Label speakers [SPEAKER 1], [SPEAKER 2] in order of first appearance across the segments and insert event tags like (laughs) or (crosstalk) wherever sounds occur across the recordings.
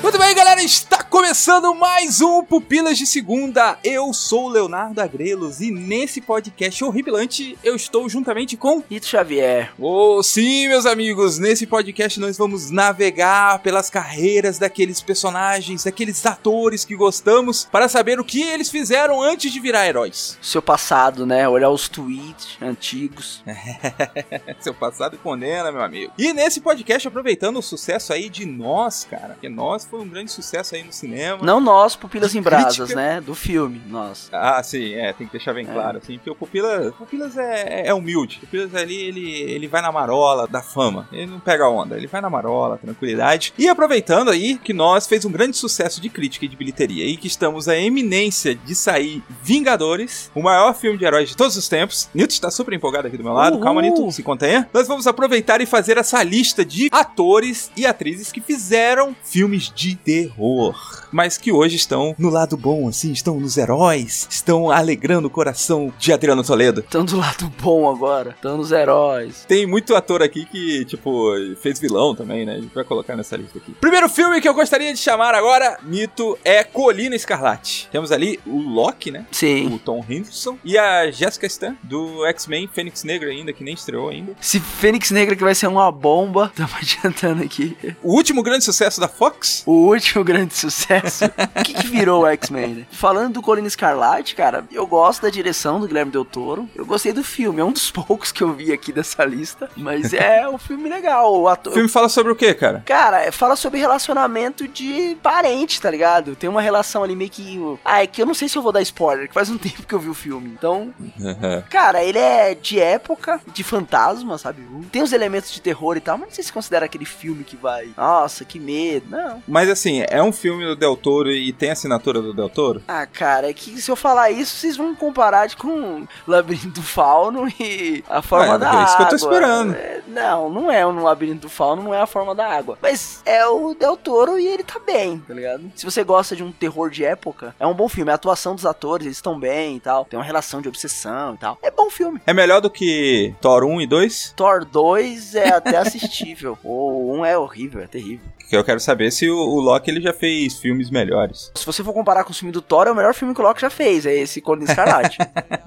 [SPEAKER 1] Muito bem, galera, está começando mais um Pupilas de Segunda. Eu sou o Leonardo Agrelos e nesse podcast horripilante eu estou juntamente com.
[SPEAKER 2] Ito Xavier.
[SPEAKER 1] Oh, sim, meus amigos, nesse podcast nós vamos navegar pelas carreiras daqueles personagens, daqueles atores que gostamos, para saber o que eles fizeram antes de virar (laughs) heróis.
[SPEAKER 2] Seu passado, né? Olhar os tweets antigos.
[SPEAKER 1] Seu é passado condena, meu amigo. E nesse podcast, aproveitando o sucesso aí de nós, cara, porque nós foi um grande sucesso aí no cinema.
[SPEAKER 2] Não nós, Pupilas em Brasas,
[SPEAKER 1] Crítica.
[SPEAKER 2] né? Do filme, nós.
[SPEAKER 1] Ah, sim, é, tem que deixar bem claro, assim, porque o Pupila, Pupilas é, é humilde. O Pupilas ali, ele, ele vai na marola da fama. Ele não pega onda, ele vai na marola, tranquilidade. E aproveitando aí que nós fez um grande sucesso de crítica e de bilheteria e que estamos à eminência de sair Vingadores, o maior filme de heróis de todos os tempos. Nito está super empolgado aqui do meu lado.
[SPEAKER 2] Uhul.
[SPEAKER 1] Calma, Nito, se contenha. Nós vamos aproveitar e fazer essa lista de atores e atrizes que fizeram filmes de terror mas que hoje estão no lado bom, assim, estão nos heróis, estão alegrando o coração de Adriano Toledo.
[SPEAKER 2] Tão do lado bom agora. Tão nos heróis.
[SPEAKER 1] Tem muito ator aqui que, tipo, fez vilão também, né? A gente vai colocar nessa lista aqui. Primeiro filme que eu gostaria de chamar agora, Nito, é Colina Escarlate. Temos ali o Loki, né? O
[SPEAKER 2] Sim.
[SPEAKER 1] Tom Hiddleston e a Jessica Stan, do X-Men Fênix Negra ainda, que nem estreou ainda.
[SPEAKER 2] Esse Fênix Negra que vai ser uma bomba. (laughs) Tamo adiantando aqui.
[SPEAKER 1] O último grande sucesso da Fox,
[SPEAKER 2] O último grande sucesso. O que, que virou o X-Men, né? Falando do Colina Escarlate, cara, eu gosto da direção do Guilherme Del Toro. Eu gostei do filme. É um dos (laughs) poucos que eu vi aqui dessa lista. Mas é um filme legal. O
[SPEAKER 1] o
[SPEAKER 2] ator.
[SPEAKER 1] filme fala sobre o quê,
[SPEAKER 2] (laughs)
[SPEAKER 1] cara?
[SPEAKER 2] Cara, é- fala sobre relacionamento de parente, tá ligado? Tem uma relação ali meio que. Ah, é que eu não sei se eu vou dar spoiler, que faz um (laughs) tempo que eu vi o filme. Então, cara, ele é de época, de fantasma, sabe? Tem os elementos de terror e tal, mas não sei se considera aquele filme que vai. Nossa, que medo. Não.
[SPEAKER 1] Mas assim, é um filme do Del Toro e tem a assinatura do Del Toro?
[SPEAKER 2] Ah, cara, é que se eu falar isso, vocês vão comparar de com Labirinto do Fauno e a forma
[SPEAKER 1] Ué,
[SPEAKER 2] da água.
[SPEAKER 1] é isso que eu tô esperando.
[SPEAKER 2] É, não, não é um Labirinto do Fauno, não é a forma da água. Mas é o Del Toro e ele tá bem, tá ligado? Se você gosta de um terror de época, é um bom filme. A atuação dos atores, eles estão bem e tal. Tem uma relação de obsessão e tal. É bom filme.
[SPEAKER 1] É melhor do que Thor 1 e 2?
[SPEAKER 2] Thor 2 é até (laughs) assistível. O 1 é horrível, é terrível.
[SPEAKER 1] Que eu quero saber se o, o Loki ele já fez filmes melhores.
[SPEAKER 2] Se você for comparar com o filme do Thor, é o melhor filme que o Loki já fez. É esse Colin Escarlate.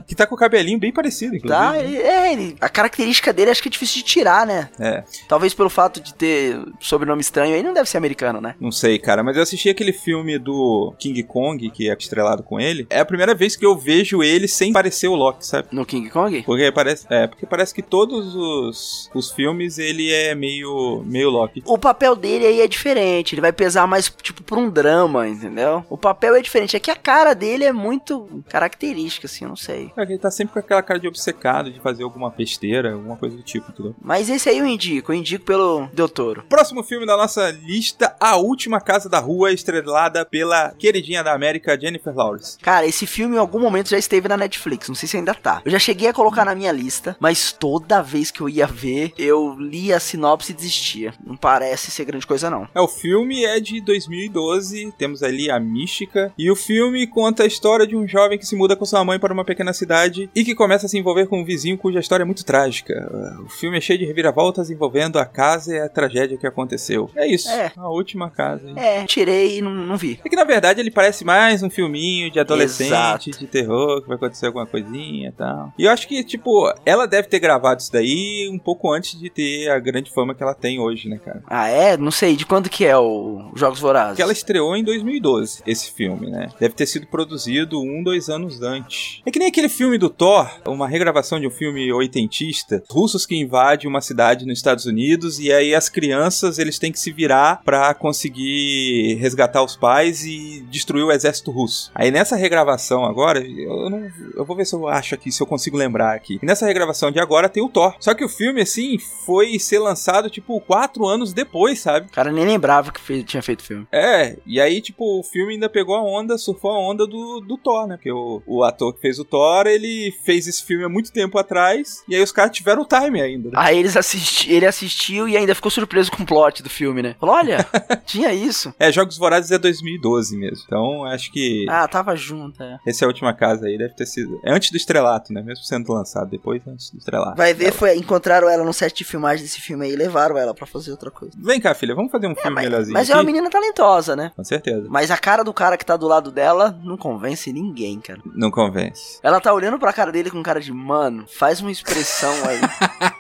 [SPEAKER 1] Que tá com o cabelinho bem parecido, inclusive. né?
[SPEAKER 2] Tá, ele- é, ele- a característica dele acho que é difícil de tirar, né?
[SPEAKER 1] É.
[SPEAKER 2] Talvez pelo fato de ter sobrenome estranho, ele não deve ser americano, né?
[SPEAKER 1] Não sei, cara, mas eu assisti aquele filme do King Kong, que é estrelado com ele. É a primeira vez que eu vejo ele sem parecer o Loki, sabe?
[SPEAKER 2] No King Kong?
[SPEAKER 1] Porque parece, é, porque parece que todos os, os filmes ele é meio, meio Loki.
[SPEAKER 2] O papel dele aí é diferente, ele vai pesar mais, tipo, pra um drama, entendeu? O papel é diferente, é que a cara dele é muito característica, assim, eu não sei.
[SPEAKER 1] Ele tá sempre com aquela cara de obcecado, de fazer alguma besteira, alguma coisa do tipo, entendeu?
[SPEAKER 2] Mas esse aí eu indico, eu indico pelo Del Toro.
[SPEAKER 1] Próximo filme da nossa lista, A Última Casa da Rua, estrelada pela queridinha da América, Jennifer Lawrence.
[SPEAKER 2] Cara, esse filme em algum momento já esteve na Netflix, não sei se ainda tá. Eu já cheguei a colocar na minha lista, mas toda vez que eu ia ver, eu li a sinopse e desistia. Não parece ser grande coisa, não.
[SPEAKER 1] É, o filme é de 2012, temos ali a mística, e o filme conta a história de um jovem que se muda com sua mãe para uma pequena cidade e que começa a se envolver com um vizinho cuja história é muito trágica. Ah, O filme é cheio de reviravoltas envolvendo a casa e a tragédia que aconteceu. É isso,
[SPEAKER 2] É.
[SPEAKER 1] a última casa. hein?
[SPEAKER 2] É, tirei e não, não vi.
[SPEAKER 1] É que na verdade ele parece mais um filminho de adolescente,
[SPEAKER 2] Exato.
[SPEAKER 1] de terror, que vai acontecer alguma coisinha e tal. E eu acho que, tipo, ela deve ter gravado isso daí um pouco antes de ter a grande fama que ela tem hoje, né, cara?
[SPEAKER 2] Ah, é? Não sei, de quando que é o Jogos Vorazes?
[SPEAKER 1] que ela estreou em 2012, esse filme, né? Deve ter sido produzido um, dois anos antes. É que nem aquele filme do Thor, uma regravação de um filme oitentista, russos que invadem uma cidade nos Estados Unidos e aí as crianças eles têm que se virar para conseguir resgatar os pais e destruir o exército russo. Aí nessa regravação agora, eu, não, eu vou ver se eu acho aqui, se eu consigo lembrar aqui. E nessa regravação de agora tem o Thor. Só que o filme assim foi ser lançado tipo quatro anos depois, sabe?
[SPEAKER 2] O cara nem lembrava que fez, tinha feito filme.
[SPEAKER 1] É, e aí tipo o filme ainda pegou a onda, surfou a onda do, do Thor, né? Porque o, o ator que fez o Thor, ele fez esse filme há muito tempo atrás e aí os caras tiveram o time ainda. Né?
[SPEAKER 2] Aí eles assisti, ele assistiu e ainda ficou surpreso com o plot do filme, né? Falou, (laughs) olha, tinha isso.
[SPEAKER 1] É, Jogos Vorazes é 2012 mesmo. Então, acho que.
[SPEAKER 2] Ah, tava junto, é.
[SPEAKER 1] Essa é a última casa aí, deve ter sido. É antes do estrelato, né? Mesmo sendo lançado, depois antes do estrelato.
[SPEAKER 3] Vai ver, foi, encontraram ela no set de filmagem desse filme aí e levaram ela pra fazer outra coisa.
[SPEAKER 1] Vem cá, filha, vamos fazer um
[SPEAKER 2] É,
[SPEAKER 1] filme
[SPEAKER 2] mas,
[SPEAKER 1] melhorzinho.
[SPEAKER 2] mas é
[SPEAKER 1] aqui?
[SPEAKER 2] uma menina talentosa, né?
[SPEAKER 1] Com certeza.
[SPEAKER 2] Mas a cara do cara que tá do lado dela não convence ninguém, cara.
[SPEAKER 1] Não convence.
[SPEAKER 2] Ela tá olhando pra cara dele com cara de, mano, faz uma expressão aí.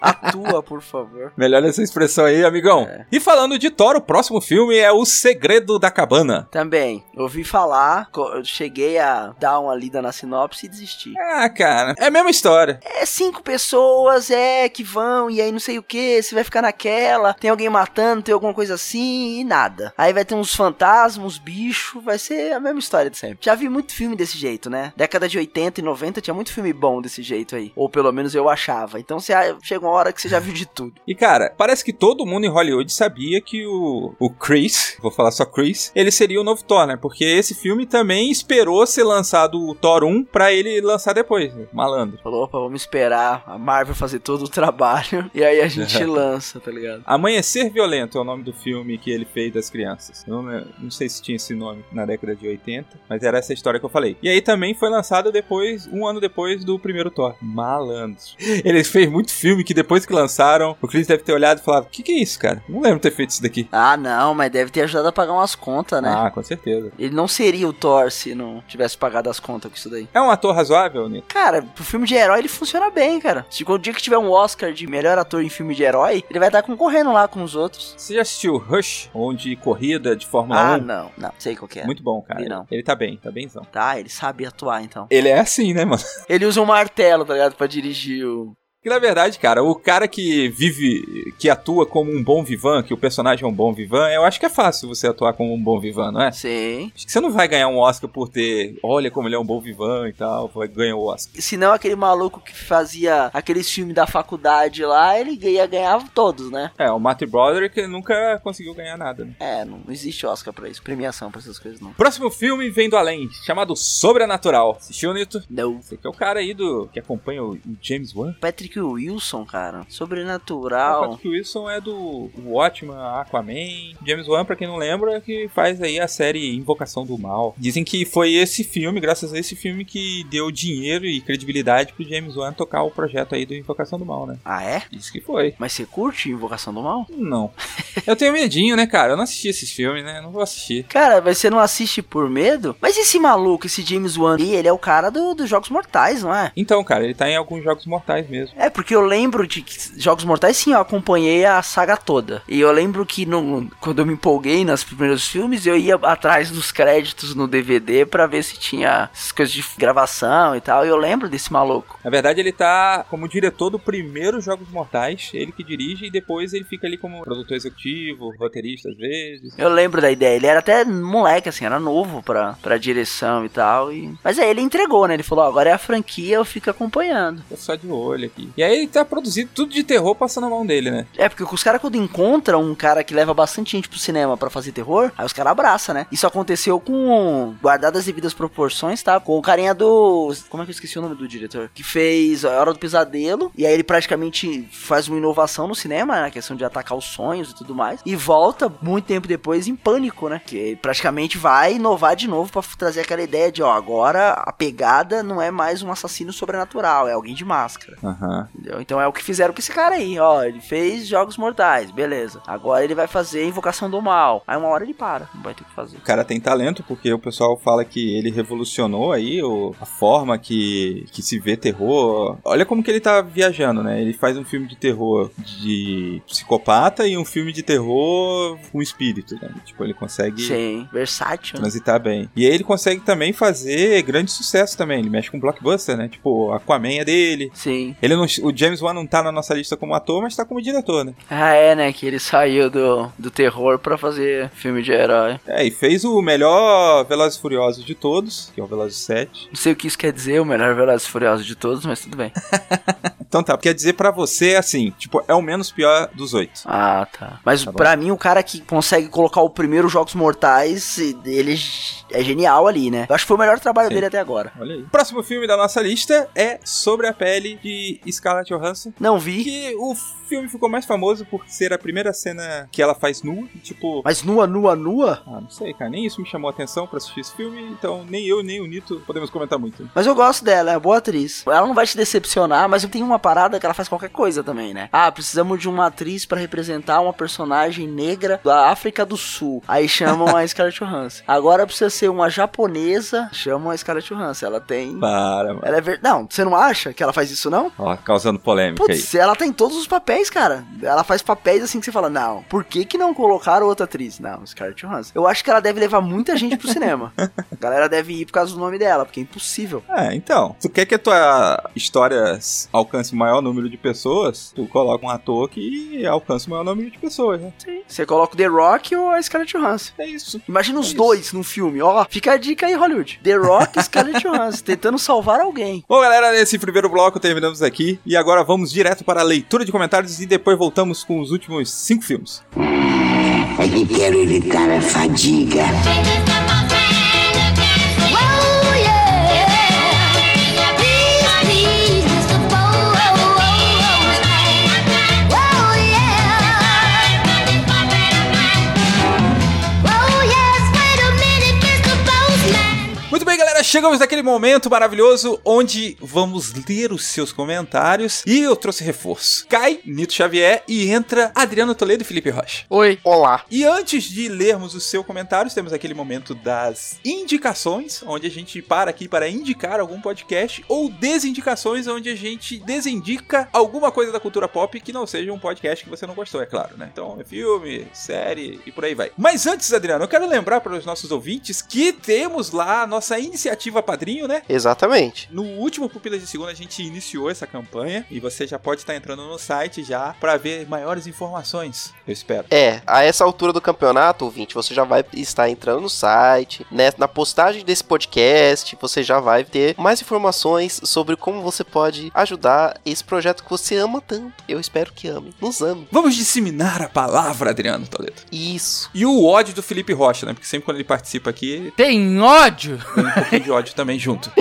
[SPEAKER 2] Atua, por favor.
[SPEAKER 1] Melhor essa expressão aí, amigão.
[SPEAKER 2] É.
[SPEAKER 1] E falando de Thor, o próximo filme é O Segredo da Cabana.
[SPEAKER 2] Também, ouvi falar, co- eu cheguei a dar uma lida na sinopse e desisti.
[SPEAKER 1] Ah, cara, é a mesma história.
[SPEAKER 2] É cinco pessoas, é, que vão, e aí não sei o que, você vai ficar naquela, tem alguém matando, tem alguma coisa assim, e nada. Aí vai ter uns fantasmas, uns bichos, vai ser a mesma história de sempre. Já vi muito filme desse jeito, né? Década de 80 e 90 tinha muito filme bom desse jeito aí. Ou pelo menos eu achava. Então você ah, chega uma hora que você já viu de tudo.
[SPEAKER 1] E cara, parece que todo mundo em Hollywood sabia que o, o Chris, vou falar só Chris, ele seria o novo Thor, né? Porque esse filme também esperou ser lançado o Thor 1 pra ele lançar depois, né? malandro.
[SPEAKER 2] Falou, opa, vamos esperar a Marvel fazer todo o trabalho, (laughs) e aí a gente lança, tá ligado?
[SPEAKER 1] Amanhecer Violento é o nome do filme que ele fez das crianças. Eu não, não sei se tinha esse nome na década de 80, mas era essa história que eu falei. E aí também foi lançado depois, um ano depois do primeiro Thor. Malandro. (laughs) Ele fez muito filme que depois que lançaram, o Chris deve ter olhado e falado: que que é isso, cara? Não lembro de ter feito isso daqui.
[SPEAKER 2] Ah, não, mas deve ter ajudado a pagar umas contas, né?
[SPEAKER 1] Ah, com certeza.
[SPEAKER 2] Ele não seria o Thor se não tivesse pagado as contas com isso daí.
[SPEAKER 1] É um ator razoável, Nito?
[SPEAKER 2] Cara, pro filme de herói ele funciona bem, cara. Se o dia que tiver um Oscar de melhor ator em filme de herói, ele vai estar concorrendo lá com os outros.
[SPEAKER 1] Você já assistiu Rush, onde corrida de Fórmula
[SPEAKER 2] Ah,
[SPEAKER 1] 1?
[SPEAKER 2] não, não, sei qual que é.
[SPEAKER 1] Muito bom, cara.
[SPEAKER 2] Vi não.
[SPEAKER 1] Ele tá bem, tá bemzão.
[SPEAKER 2] Tá, ele sabe atuar então.
[SPEAKER 1] Ele é assim, né, mano? (laughs)
[SPEAKER 2] Ele usa um martelo, tá ligado? Pra dirigir o.
[SPEAKER 1] Que na verdade, cara, o cara que vive, que atua como um bom vivan, que o personagem é um bom vivan, eu acho que é fácil você atuar como um bom vivan, não é?
[SPEAKER 2] Sim.
[SPEAKER 1] Acho que você não vai ganhar um Oscar por ter, olha como ele é um bom vivan e tal, vai ganhar o Oscar.
[SPEAKER 2] Se não aquele maluco que fazia aqueles filmes da faculdade lá, ele ia ganhar todos, né?
[SPEAKER 1] É, o Matthew Broderick nunca conseguiu ganhar nada, né?
[SPEAKER 2] É, não não existe Oscar pra isso, premiação pra essas coisas não.
[SPEAKER 1] Próximo filme vem do além, chamado Sobrenatural. Assistiu, Nito?
[SPEAKER 2] Não.
[SPEAKER 1] Você que é o cara aí do que acompanha o o James Wan?
[SPEAKER 2] Patrick Wilson, cara.
[SPEAKER 1] O
[SPEAKER 2] Sobrenatural.
[SPEAKER 1] Patrick Wilson é do Watchman, Aquaman. James Wan, pra quem não lembra, é que faz aí a série Invocação do Mal. Dizem que foi esse filme, graças a esse filme, que deu dinheiro e credibilidade pro James Wan tocar o projeto aí do Invocação do Mal, né?
[SPEAKER 2] Ah, é?
[SPEAKER 1] Diz que foi.
[SPEAKER 2] Mas você curte Invocação do Mal?
[SPEAKER 1] Não. Eu tenho medinho, né, cara? Eu não assisti esses filmes, né? Eu Não vou assistir.
[SPEAKER 2] Cara, mas você não assiste por medo? Mas esse maluco, esse James Wan, aí, ele é o cara do- dos Jogos Mortais, não é?
[SPEAKER 1] Então, cara, ele tá em alguns jogos mortais mesmo.
[SPEAKER 2] É, porque eu lembro de que Jogos Mortais, sim, eu acompanhei a saga toda. E eu lembro que no- quando eu me empolguei nos primeiros filmes, eu ia atrás dos créditos no DVD pra ver se tinha essas coisas de gravação e tal. E eu lembro desse maluco.
[SPEAKER 1] Na verdade, ele tá como diretor do primeiro Jogos Mortais, ele que dirige, e depois ele fica ali como produtor executivo, roteirista às vezes.
[SPEAKER 2] Eu lembro da ideia. Ele era até moleque, assim, era novo pra, pra direção e tal. E... Mas aí ele entregou, né? Ele falou: ó, agora é a franquia, eu fico acompanhando.
[SPEAKER 1] Tô só de olho aqui. E aí ele tá produzindo tudo de terror passando a mão dele, né?
[SPEAKER 2] É, porque os caras quando encontram um cara que leva bastante gente pro cinema pra fazer terror, aí os caras abraçam, né? Isso aconteceu com, guardadas as devidas proporções, tá? Com o carinha do... Como é que eu esqueci o nome do diretor? Que fez A Hora do Pesadelo, e aí ele praticamente faz uma inovação no cinema, né? Na questão de atacar os sonhos e tudo mais. E volta, muito tempo depois, em Pânico, né? Que ele praticamente vai inovar de novo pra trazer aquela ideia de, ó, agora a pegada não é mais um assassino sobrenatural, é alguém de máscara.
[SPEAKER 1] Aham.
[SPEAKER 2] Entendeu? Então é o que fizeram com esse cara aí, ó. Ele fez Jogos Mortais, beleza. Agora ele vai fazer Invocação do Mal. Aí uma hora ele para, não vai ter o que fazer.
[SPEAKER 1] O cara tem talento porque o pessoal fala que ele revolucionou aí o- a forma que, que se vê terror. Olha como que ele tá viajando, né? Ele faz um filme de terror de psicopata e um filme de terror com espírito, né? Tipo, ele consegue
[SPEAKER 2] Sim, versátil. né?
[SPEAKER 1] transitar bem. E aí ele consegue também fazer grande sucesso também. Ele mexe com blockbuster, né? Tipo, Aquaman é dele.
[SPEAKER 2] Sim.
[SPEAKER 1] Ele não Mas o James Wan não tá na nossa lista como ator, mas tá como diretor, né?
[SPEAKER 2] Ah, é, né? Que ele saiu do, do terror pra fazer filme de herói.
[SPEAKER 1] É, e fez o melhor Velozes e Furiosos de todos, que é o Velozes 7.
[SPEAKER 2] Não sei o que isso quer dizer, o melhor Velozes e Furiosos de todos, mas
[SPEAKER 1] (laughs)
[SPEAKER 2] tudo bem.
[SPEAKER 1] Então tá, quer dizer pra você, assim, tipo, é o menos pior dos oito.
[SPEAKER 2] Ah, tá. Mas
[SPEAKER 1] Tá bom.
[SPEAKER 2] pra mim, o cara que consegue colocar o primeiro Jogos Mortais, ele é genial ali, né? Eu acho que foi o melhor trabalho
[SPEAKER 1] Sim.
[SPEAKER 2] dele até agora.
[SPEAKER 1] Olha aí. Próximo filme da nossa lista é Sobre a Pele de Scarlett Johansson.
[SPEAKER 2] Não vi,
[SPEAKER 1] Que o filme ficou mais famoso por ser a primeira cena que ela faz nua. e, Tipo,
[SPEAKER 2] mas nua, nua, nua?
[SPEAKER 1] ah, não sei, cara, nem isso me chamou a atenção pra assistir esse filme. Então nem eu, nem o Nito podemos comentar muito.
[SPEAKER 2] Mas eu gosto dela, é boa atriz. Ela não vai te decepcionar, mas tem uma parada que ela faz qualquer coisa também, né? Ah, precisamos de uma atriz pra representar uma personagem negra da África do Sul. Aí chamam a Scarlett Johansson. Agora precisa ser uma japonesa, chamam a Scarlett Johansson. Ela tem...
[SPEAKER 1] Para, mano.
[SPEAKER 2] Ela é ver... Não, você não acha que ela faz isso, não?
[SPEAKER 1] Ó, causando polêmica aí.
[SPEAKER 2] Putz, ela tá em todos os papéis, cara. Ela faz papéis assim que você fala, não, por que que não colocaram outra atriz? Não, Scarlett Johansson. Eu acho que ela deve levar muita gente pro cinema. A galera deve ir por causa do nome dela, porque é impossível.
[SPEAKER 1] É, então. Tu quer que a tua história s- alcance o maior número de pessoas? Tu coloca um ator que alcance o maior número de pessoas, né? Sim.
[SPEAKER 2] Você coloca o The Rock ou a Scarlett Johansson.
[SPEAKER 1] É isso.
[SPEAKER 2] Imagina os
[SPEAKER 1] Isso.
[SPEAKER 2] dois num filme, ó. Fica a dica aí, Hollywood. The Rock
[SPEAKER 1] (laughs)
[SPEAKER 2] e Scarlett Johansson, tentando salvar alguém.
[SPEAKER 1] Bom, galera, nesse primeiro bloco terminamos aqui. E agora vamos direto para a leitura de comentários e depois voltamos com os últimos cinco filmes.
[SPEAKER 4] É que quero evitar a fadiga.
[SPEAKER 5] Oh yeah, please, please, Mr. Bones. Oh yeah, oh yes, wait a minute, Mr. Bonesman.
[SPEAKER 1] Muito bem, galera, chegamos naquele momento maravilhoso onde vamos ler os seus comentários. E eu trouxe reforço. Cai, Nito Xavier e entra Adriano Toledo e Felipe Rocha.
[SPEAKER 6] Oi. Olá.
[SPEAKER 1] E antes de lermos os seus comentários, temos aquele momento das indicações, onde a gente para aqui para indicar algum podcast, ou desindicações, onde a gente desindica alguma coisa da cultura pop que não seja um podcast que você não gostou, é claro, né? Então, é filme, série e por aí vai. Mas antes, Adriano, eu quero lembrar para os nossos ouvintes que temos lá a nossa iniciativa Padrinho, né?
[SPEAKER 6] Exatamente.
[SPEAKER 1] No último Pupilas de Segunda a gente iniciou essa campanha e você já pode estar entrando no site já para ver maiores informações. Eu espero.
[SPEAKER 6] É, a essa altura do campeonato, ouvinte, você já vai estar entrando no site, né? Na postagem desse podcast, você já vai ter mais informações sobre como você pode ajudar esse projeto que você ama tanto. Eu espero que ame. Nos ame.
[SPEAKER 1] Vamos disseminar a palavra, Adriano Toledo.
[SPEAKER 6] Isso.
[SPEAKER 1] E o ódio do Felipe Rocha, né? Porque sempre quando ele participa aqui,
[SPEAKER 7] Tem ódio?
[SPEAKER 1] tem um pouquinho de ódio também (laughs) junto.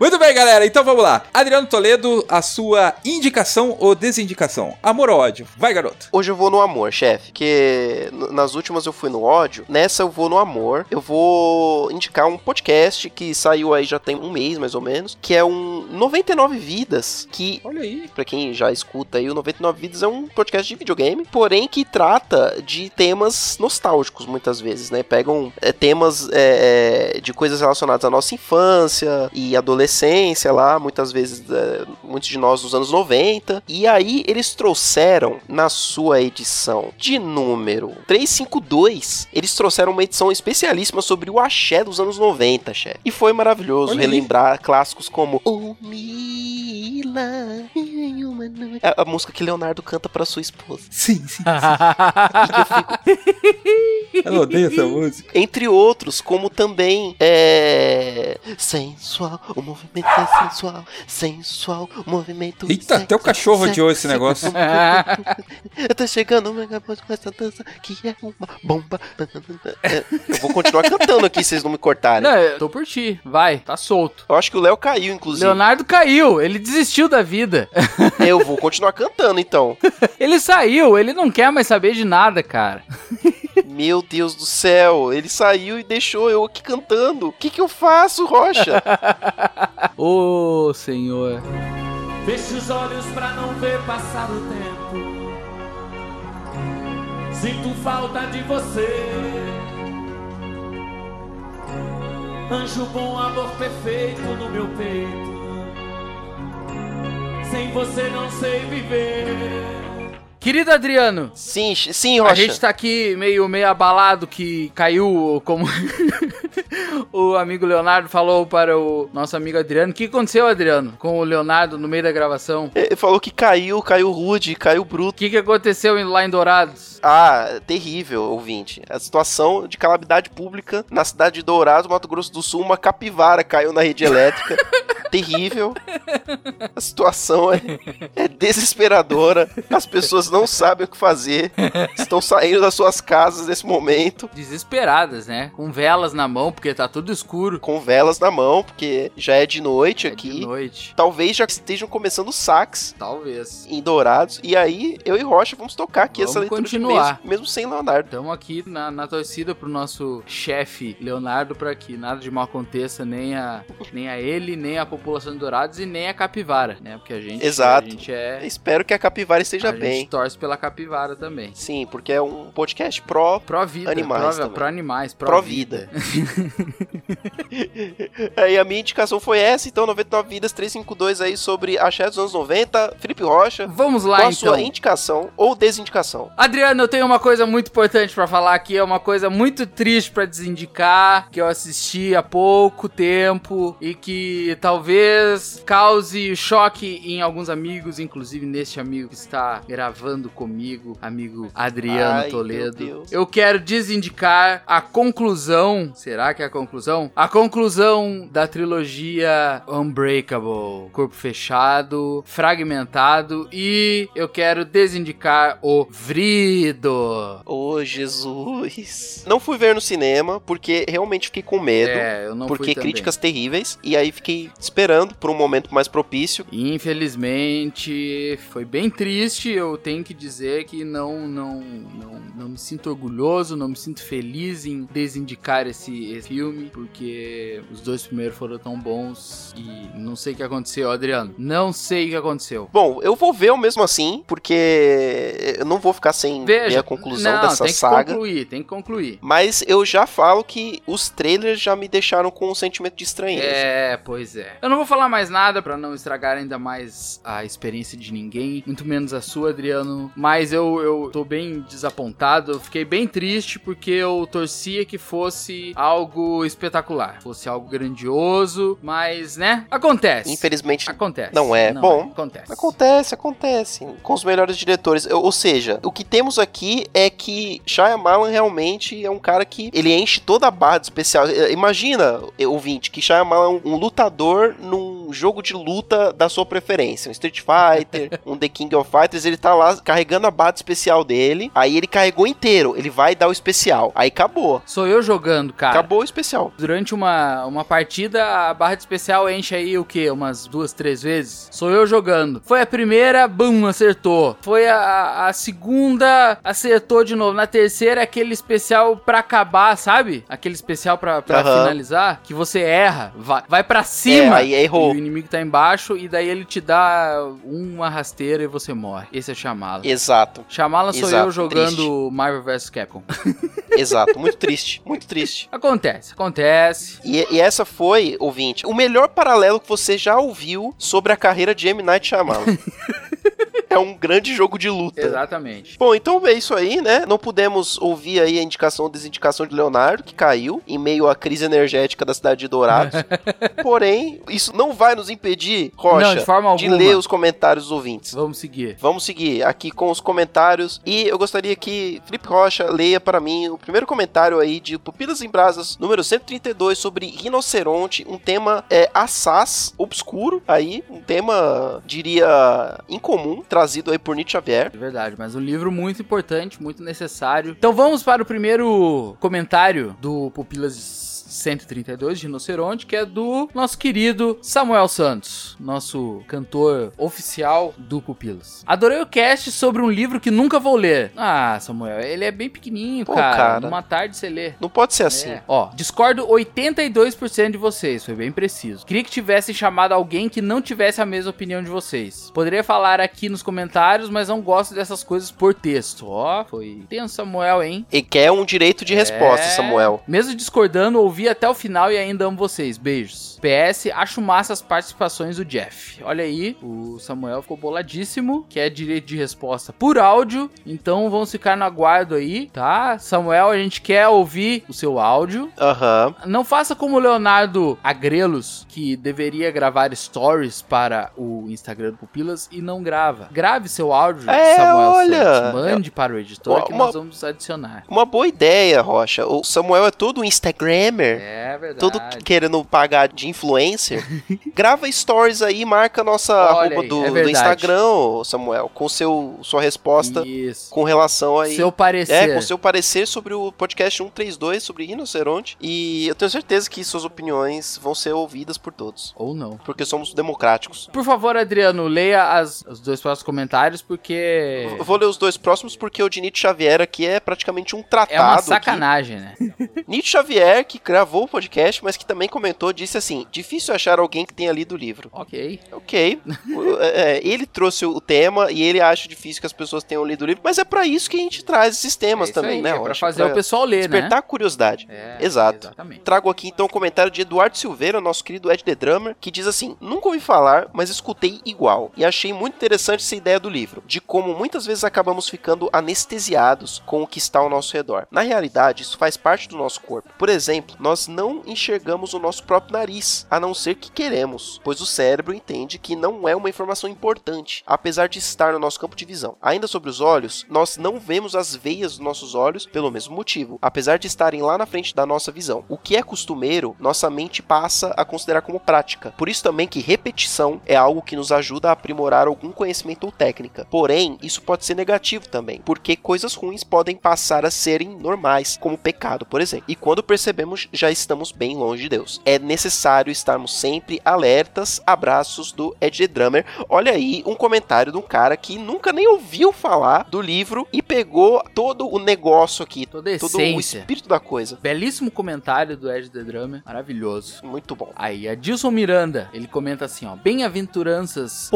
[SPEAKER 1] Muito bem, galera. Então vamos lá. Adriano Toledo, a sua indicação ou desindicação? Amor ou ódio? Vai, garoto.
[SPEAKER 6] Hoje eu vou no amor, chefe. Porque n- nas últimas eu fui no ódio, nessa eu vou no amor. Eu vou indicar um podcast que saiu aí já tem um mês mais ou menos, que é um 99 Vidas, que
[SPEAKER 1] Olha aí.
[SPEAKER 6] Pra quem já escuta aí, o 99 Vidas é um podcast de videogame, porém que trata de temas nostálgicos muitas vezes, né? Pegam é, temas é, é, de coisas relacionadas à nossa infância e adolescência lá, muitas vezes, é, muitos de nós dos anos 90. E aí eles trouxeram na sua edição de número 352, eles trouxeram uma edição especialíssima sobre o axé dos anos 90, chefe. E foi maravilhoso
[SPEAKER 1] Olha aí.
[SPEAKER 6] relembrar clássicos como O Mila em uma noite. É A, a música que Leonardo canta pra sua esposa.
[SPEAKER 1] Sim, sim. Eu odeio (laughs) essa música.
[SPEAKER 6] Entre outros, como também é. Sensual, o movimento é sensual. Sensual, o movimento
[SPEAKER 1] Eita, até o cachorro odiou esse negócio.
[SPEAKER 6] (laughs)
[SPEAKER 7] (laughs) É,
[SPEAKER 6] Eu tô chegando, o megapod com essa dança que é uma bomba. É, Eu vou continuar cantando aqui, se vocês não me cortarem.
[SPEAKER 7] Não, eu tô por ti. Vai, tá solto.
[SPEAKER 6] Eu acho que o Léo caiu, inclusive.
[SPEAKER 7] Leonardo caiu, ele desistiu da vida. (laughs)
[SPEAKER 6] Eu vou continuar cantando, então.
[SPEAKER 7] Ele saiu, ele não quer mais saber de nada, cara.
[SPEAKER 6] Meu Deus do céu, ele saiu e deixou eu aqui cantando. O que, que eu faço, Rocha?
[SPEAKER 7] (laughs) Ô, senhor.
[SPEAKER 8] Feche os olhos pra não ver passar o tempo. Sinto falta de você. Anjo bom, amor perfeito no meu peito. Sem você não sei viver.
[SPEAKER 7] Querido Adriano,
[SPEAKER 6] Sim, ch- sim,
[SPEAKER 7] a
[SPEAKER 6] Rocha.
[SPEAKER 7] gente tá aqui meio, meio abalado que caiu como. (laughs) o amigo Leonardo falou para o nosso amigo Adriano. O que aconteceu, Adriano, com o Leonardo no meio da gravação?
[SPEAKER 6] Ele falou que caiu, caiu rude, caiu
[SPEAKER 7] O
[SPEAKER 6] bruto.
[SPEAKER 7] que, que aconteceu em- lá em Dourados?
[SPEAKER 6] Ah, terrível, ouvinte. A situação de calamidade pública na cidade de Dourados, Mato Grosso do Sul, uma capivara caiu na rede elétrica. terrível. A situação é, é desesperadora. As pessoas não sabem o que fazer. Estão saindo das suas casas nesse momento.
[SPEAKER 7] Desesperadas, né? Com velas na mão, porque tá tudo escuro.
[SPEAKER 6] Com velas na mão, porque já é de noite
[SPEAKER 7] É
[SPEAKER 6] aqui.
[SPEAKER 7] de noite.
[SPEAKER 6] Talvez já estejam começando os saques
[SPEAKER 7] Talvez.
[SPEAKER 6] em Dourados. E aí, eu e Rocha vamos tocar aqui
[SPEAKER 7] Vamos
[SPEAKER 6] essa leitura de
[SPEAKER 7] continuar.
[SPEAKER 6] e-mails, mesmo sem Leonardo.
[SPEAKER 7] Estamos aqui na, na torcida pro nosso chefe Leonardo para que nada de mal aconteça nem a, nem a ele, nem a população de Dourados e nem a capivara, né? Porque a gente,
[SPEAKER 6] Exato.
[SPEAKER 7] A gente é.
[SPEAKER 6] Espero que a capivara esteja
[SPEAKER 7] a
[SPEAKER 6] bem.
[SPEAKER 7] gente torce pela capivara também.
[SPEAKER 6] Sim, porque é um podcast pró.
[SPEAKER 7] Pro vida,
[SPEAKER 6] Animais
[SPEAKER 7] pro,
[SPEAKER 6] também.
[SPEAKER 7] pro animais, pro,
[SPEAKER 6] Pró
[SPEAKER 7] vida.
[SPEAKER 6] vida. (laughs) aí a minha indicação foi essa, então 99 vidas 352 aí sobre axé dos anos 90, Felipe Rocha.
[SPEAKER 7] Vamos lá
[SPEAKER 6] qual a
[SPEAKER 7] então.
[SPEAKER 6] sua indicação ou desindicação?
[SPEAKER 7] Adriano, eu tenho uma coisa muito importante pra falar aqui, é uma coisa muito triste pra desindicar, que eu assisti há pouco tempo e que talvez cause choque em alguns amigos, inclusive neste amigo que está gravando comigo, amigo Adriano
[SPEAKER 6] Ai, meu
[SPEAKER 7] Toledo.
[SPEAKER 6] Deus.
[SPEAKER 7] Eu quero desindicar a conclusão, será que é a conclusão? A conclusão da trilogia Unbreakable, Corpo Fechado, Fragmentado e eu quero desindicar o Vrido.
[SPEAKER 6] Ô, Jesus. Não fui ver no cinema, porque realmente fiquei com medo.
[SPEAKER 7] É, eu não fui
[SPEAKER 6] porque
[SPEAKER 7] também.
[SPEAKER 6] críticas terríveis. E aí fiquei esperando por um momento mais propício.
[SPEAKER 7] Infelizmente, foi bem triste. Eu tenho que dizer que não, não, não, não me sinto orgulhoso, não me sinto feliz em desindicar esse, esse filme, porque os dois primeiros foram tão bons e não sei o que aconteceu, Adriano. Não sei o que aconteceu.
[SPEAKER 6] Bom, eu vou ver o mesmo assim, porque eu não vou ficar sem ver a conclusão
[SPEAKER 7] não,
[SPEAKER 6] dessa
[SPEAKER 7] tem que
[SPEAKER 6] saga.
[SPEAKER 7] concluir, tem que concluir.
[SPEAKER 6] Mas eu já falo que os trailers já me deixaram com um sentimento de estranheza.
[SPEAKER 7] É, pois é. Eu não vou falar mais nada pra não estragar ainda mais a experiência de ninguém, muito menos a sua, Adriano. Mas eu, eu tô bem desapontado, eu fiquei bem triste porque eu torcia que fosse algo espetacular, fosse algo grandioso, mas né? Acontece.
[SPEAKER 6] Infelizmente.
[SPEAKER 7] Acontece.
[SPEAKER 6] Não é. Bom,
[SPEAKER 7] acontece.
[SPEAKER 6] Acontece, acontece. Com os melhores diretores. Ou ou seja, o que temos aqui é que Shyamalan realmente é um cara que ele enche toda a barra de especial. Eh, Imagina, eh, ouvinte, que Shyamalan é um, um lutador num jogo de luta da sua preferência. Um Street (laughs) Fighter, um The King of Fighters, ele tá lá carregando a barra de especial dele. Aí ele carregou inteiro, ele vai dar o especial. Aí acabou.
[SPEAKER 7] Sou eu jogando, cara.
[SPEAKER 6] Acabou o especial.
[SPEAKER 7] Durante uma, uma partida, a barra de especial enche aí o quê? Umas duas, três vezes? Sou eu jogando. Foi a primeira, bum, acertou. Foi a- a, a segunda, acertou de novo. Na terceira, aquele especial pra acabar, sabe? Aquele especial pra, pra
[SPEAKER 6] Aham.
[SPEAKER 7] finalizar, que você erra, vai, vai pra
[SPEAKER 6] É,
[SPEAKER 7] cima.
[SPEAKER 6] aí errou.
[SPEAKER 7] E o inimigo tá embaixo, e daí ele te dá uma rasteira e você morre. Esse é chamado.
[SPEAKER 6] Exato,
[SPEAKER 7] Chamala sou
[SPEAKER 6] Exato,
[SPEAKER 7] eu jogando
[SPEAKER 6] triste.
[SPEAKER 7] Marvel vs Capcom.
[SPEAKER 6] exato. Muito triste, muito triste.
[SPEAKER 7] Acontece, acontece.
[SPEAKER 6] E, e essa foi, ouvinte, o melhor paralelo que você já ouviu sobre a carreira de M. Night
[SPEAKER 7] (laughs)
[SPEAKER 6] Shyamalan. é um grande jogo de luta.
[SPEAKER 7] Exatamente.
[SPEAKER 6] Bom, então é isso aí, né? Não pudemos ouvir aí a indicação ou desindicação de Leonardo, que caiu em meio à crise energética da cidade de
[SPEAKER 7] (laughs)
[SPEAKER 6] Dourados. Porém, isso não vai nos impedir, Rocha,
[SPEAKER 7] Não, de forma alguma.
[SPEAKER 6] ler os comentários dos ouvintes.
[SPEAKER 7] Vamos seguir.
[SPEAKER 6] Vamos seguir aqui com os comentários. E eu gostaria que Felipe Rocha leia para mim o primeiro comentário aí de Pupilas em Brasas, número 132, sobre rinoceronte, um tema é, assaz, obscuro, aí, um tema, diria, incomum, trazido aí por Nietzsche Xavier.
[SPEAKER 7] É verdade, mas um livro muito importante, muito necessário. Então vamos para o primeiro comentário do Pupilas 132 de Rinoceronte, que é do nosso querido Samuel Santos, nosso cantor oficial do Pupilas. Adorei o cast sobre um livro que nunca vou ler. Ah, Samuel, ele é bem pequenininho,
[SPEAKER 6] Pô,
[SPEAKER 7] cara.
[SPEAKER 6] cara.
[SPEAKER 7] Uma tarde você lê.
[SPEAKER 6] Não pode ser assim.
[SPEAKER 7] É. Ó, discordo 82% de vocês, foi bem preciso. Queria que tivessem chamado alguém que não tivesse a mesma opinião de vocês. Poderia falar aqui nos comentários, mas não gosto dessas coisas por texto. Ó, foi tenso, Samuel, hein?
[SPEAKER 6] E quer um direito de resposta,
[SPEAKER 7] É.
[SPEAKER 6] Samuel.
[SPEAKER 7] Mesmo discordando, ouvi Vi até o final e ainda amo vocês. Beijos. PS, acho massa as participações do Jeff. Olha aí, o Samuel ficou boladíssimo, que é direito de resposta por áudio. Então vamos ficar no aguardo aí, tá? Samuel, a gente quer ouvir o seu áudio.
[SPEAKER 6] Aham.
[SPEAKER 7] Não faça como o Leonardo Agrelos, que deveria gravar stories para o Instagram do Pupilas e não grava. Grave seu áudio,
[SPEAKER 6] É,
[SPEAKER 7] Samuel
[SPEAKER 6] olha.
[SPEAKER 7] Santos. Mande para o editor
[SPEAKER 6] Uma-
[SPEAKER 7] que nós vamos adicionar.
[SPEAKER 6] Uma boa ideia, Rocha. O Samuel é todo Instagrammer.
[SPEAKER 7] É verdade.
[SPEAKER 6] Todo querendo pagar de
[SPEAKER 7] (laughs)
[SPEAKER 6] influencer. Grava stories aí, marca a nossa
[SPEAKER 7] Olha
[SPEAKER 6] arroba
[SPEAKER 7] aí,
[SPEAKER 6] do,
[SPEAKER 7] é
[SPEAKER 6] do
[SPEAKER 7] verdade.
[SPEAKER 6] Instagram, ô Samuel, com seu, sua resposta
[SPEAKER 7] Isso.
[SPEAKER 6] com relação aí.
[SPEAKER 7] Seu parecer.
[SPEAKER 6] É, com seu parecer sobre o podcast 132 sobre rinoceronte. E eu tenho certeza que suas opiniões vão ser ouvidas por todos.
[SPEAKER 7] Ou não.
[SPEAKER 6] Porque somos democráticos.
[SPEAKER 7] Por favor, Adriano, leia as, os dois próximos comentários, porque
[SPEAKER 6] Eu vou ler os dois próximos porque o de Nietzsche Xavier aqui é praticamente um tratado.
[SPEAKER 7] é uma
[SPEAKER 6] aqui.
[SPEAKER 7] sacanagem, né?
[SPEAKER 6] Nietzsche Xavier, que gravou o podcast, mas que também comentou, disse assim: difícil achar alguém que tenha lido o livro.
[SPEAKER 7] ok.
[SPEAKER 6] Ok. O- é, ele trouxe o tema e ele acha difícil que as pessoas tenham lido o livro, mas é pra isso que a gente traz esses temas
[SPEAKER 7] É isso
[SPEAKER 6] também,
[SPEAKER 7] aí,
[SPEAKER 6] né?
[SPEAKER 7] É pra
[SPEAKER 6] Rocha?
[SPEAKER 7] fazer o pessoal ler, né?
[SPEAKER 6] despertar a curiosidade.
[SPEAKER 7] É,
[SPEAKER 6] Exato.
[SPEAKER 7] Exatamente.
[SPEAKER 6] Trago aqui então o comentário de Eduardo Silveira, nosso querido Ed The Drummer, que diz assim: Nunca ouvi falar, mas escutei igual. E achei muito interessante essa ideia do livro, de como muitas vezes acabamos ficando anestesiados com o que está ao nosso redor. Na realidade, isso faz parte do nosso corpo. Por exemplo, nós não enxergamos o nosso próprio nariz, a não ser que queremos, pois o cérebro entende que não é uma informação importante, apesar de estar no nosso campo de visão. Ainda sobre os olhos, nós não vemos as veias dos nossos olhos pelo mesmo motivo, apesar de estarem lá na frente da nossa visão. O que é costumeiro, nossa mente passa a considerar como prática. Por isso também que repetição é algo que nos ajuda a aprimorar algum conhecimento ou técnica. Porém, isso pode ser negativo também, porque coisas ruins podem passar a serem normais, como pecado, por exemplo. E quando percebemos, já estamos bem longe de Deus. É necessário estarmos sempre alertas. Abraços do Ed Drummer. Olha aí um comentário de um cara que nunca nem ouviu falar do livro e pegou todo o negócio aqui,
[SPEAKER 7] Toda a
[SPEAKER 6] todo o
[SPEAKER 7] essência.
[SPEAKER 6] espírito da coisa.
[SPEAKER 7] Belíssimo comentário do Ed The Drummer. Maravilhoso.
[SPEAKER 6] Muito bom.
[SPEAKER 7] Aí, Adilson Miranda, ele comenta assim, ó. Bem-aventuranças,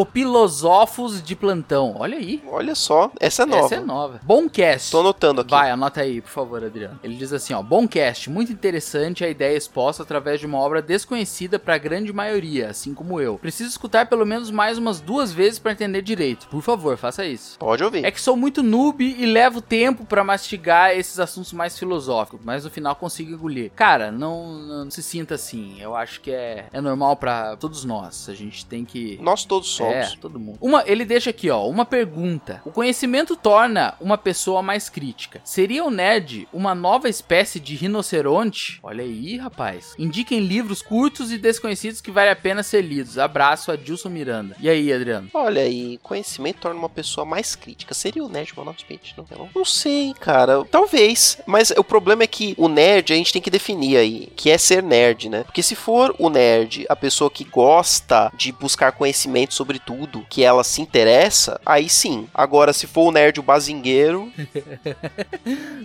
[SPEAKER 7] popilosófos de plantão. Olha aí.
[SPEAKER 6] Olha só, essa é nova.
[SPEAKER 7] Essa é nova. Bom cast.
[SPEAKER 6] Tô anotando aqui.
[SPEAKER 7] Vai, anota aí, por favor, Adriano. Ele diz assim, ó, bom cast, muito interessante a ideia exposta através de uma obra desconhecida pra grande maioria, assim como eu. Preciso escutar pelo menos mais umas duas vezes pra entender direito. Por favor, faça isso.
[SPEAKER 6] Pode ouvir.
[SPEAKER 7] É que sou muito noob e levo tempo pra mastigar esses assuntos mais filosóficos, mas no final consigo engolir. Cara, não, não se sinta assim. Eu acho que é, é normal pra todos nós. A gente tem que
[SPEAKER 6] Nós todos somos.
[SPEAKER 7] é, todo mundo. Uma, ele deixa aqui, ó, uma pergunta. O conhecimento torna uma pessoa mais crítica. Seria o nerd uma nova espécie de rinoceronte? Olha aí, rapaz. Indiquem livros curtos e desconhecidos que vale a pena ser lidos. Abraço a Dilson Miranda. E aí, Adriano?
[SPEAKER 6] Olha aí, conhecimento torna uma pessoa mais crítica. Seria o nerd mano Speech, não? Eu Não sei, cara. Talvez. Mas o problema é que o nerd a gente tem que definir aí, que é ser nerd, né? Porque se for o nerd, a pessoa que gosta de buscar conhecimento sobre tudo, que ela se interessa, aí sim. Agora, se for o nerd o bazingueiro, (laughs)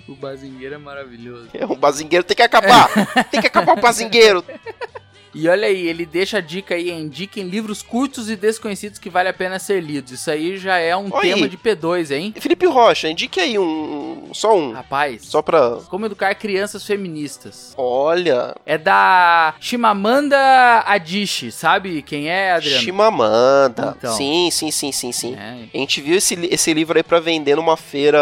[SPEAKER 7] O Bazingueiro é maravilhoso.
[SPEAKER 6] o bazingueiro tem que
[SPEAKER 7] (laughs)
[SPEAKER 6] acabar! Tem que acabar o bazingueiro!
[SPEAKER 7] E olha aí, ele deixa a dica aí, indiquem livros curtos e desconhecidos que vale a pena ser lidos. Isso aí já é um
[SPEAKER 6] Olha
[SPEAKER 7] tema
[SPEAKER 6] aí.
[SPEAKER 7] de P2, hein?
[SPEAKER 6] Felipe Rocha, indique aí um. um- Só
[SPEAKER 7] Ah.
[SPEAKER 6] um.
[SPEAKER 7] Rapaz,
[SPEAKER 6] Só pra.
[SPEAKER 7] como educar crianças feministas.
[SPEAKER 6] Olha,
[SPEAKER 7] É da Shimamanda Adichie, sabe quem é, Adriano?
[SPEAKER 6] Chimamanda.
[SPEAKER 7] Então.
[SPEAKER 6] Sim, sim, sim, sim, sim.
[SPEAKER 7] É.
[SPEAKER 6] A gente viu esse, li- esse livro aí pra vender numa feira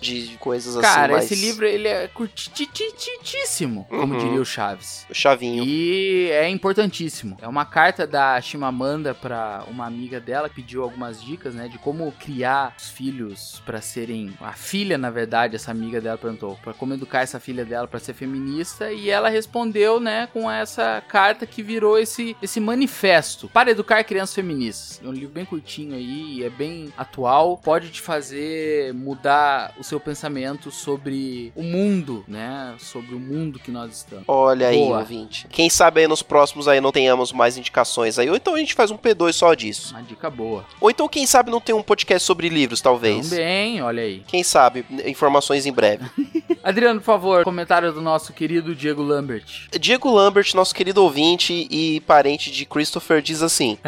[SPEAKER 6] de coisas assim.
[SPEAKER 7] Cara,
[SPEAKER 6] mais
[SPEAKER 7] esse livro ele é curtitíssimo, como
[SPEAKER 6] Uhum.
[SPEAKER 7] diria o Chaves.
[SPEAKER 6] Chavinho.
[SPEAKER 7] E é importantíssimo. É uma carta da Shimamanda pra uma amiga dela que pediu algumas dicas, né, de como criar os filhos pra serem a filha, na verdade, essa amiga dela perguntou, pra como educar essa filha dela pra ser feminista, e ela respondeu, né, com essa carta que virou esse esse manifesto para educar crianças feministas. É um livro bem curtinho aí, e é bem atual, pode te fazer mudar o seu pensamento sobre o mundo, né, sobre o mundo que nós estamos.
[SPEAKER 6] Olha aí,
[SPEAKER 7] Boa.
[SPEAKER 6] ouvinte. Quem sabe aí nos próximos aí não tenhamos mais indicações aí. Ou então a gente faz um P2 só disso.
[SPEAKER 7] Uma dica boa.
[SPEAKER 6] Ou então, quem sabe, não tem um podcast sobre livros, talvez.
[SPEAKER 7] Também, olha aí.
[SPEAKER 6] Quem sabe, n- informações em breve.
[SPEAKER 7] Adriano, por favor, comentário do nosso querido Diego Lambert.
[SPEAKER 6] Diego Lambert, nosso querido ouvinte e parente de Christopher, diz
[SPEAKER 7] (laughs)
[SPEAKER 6] assim: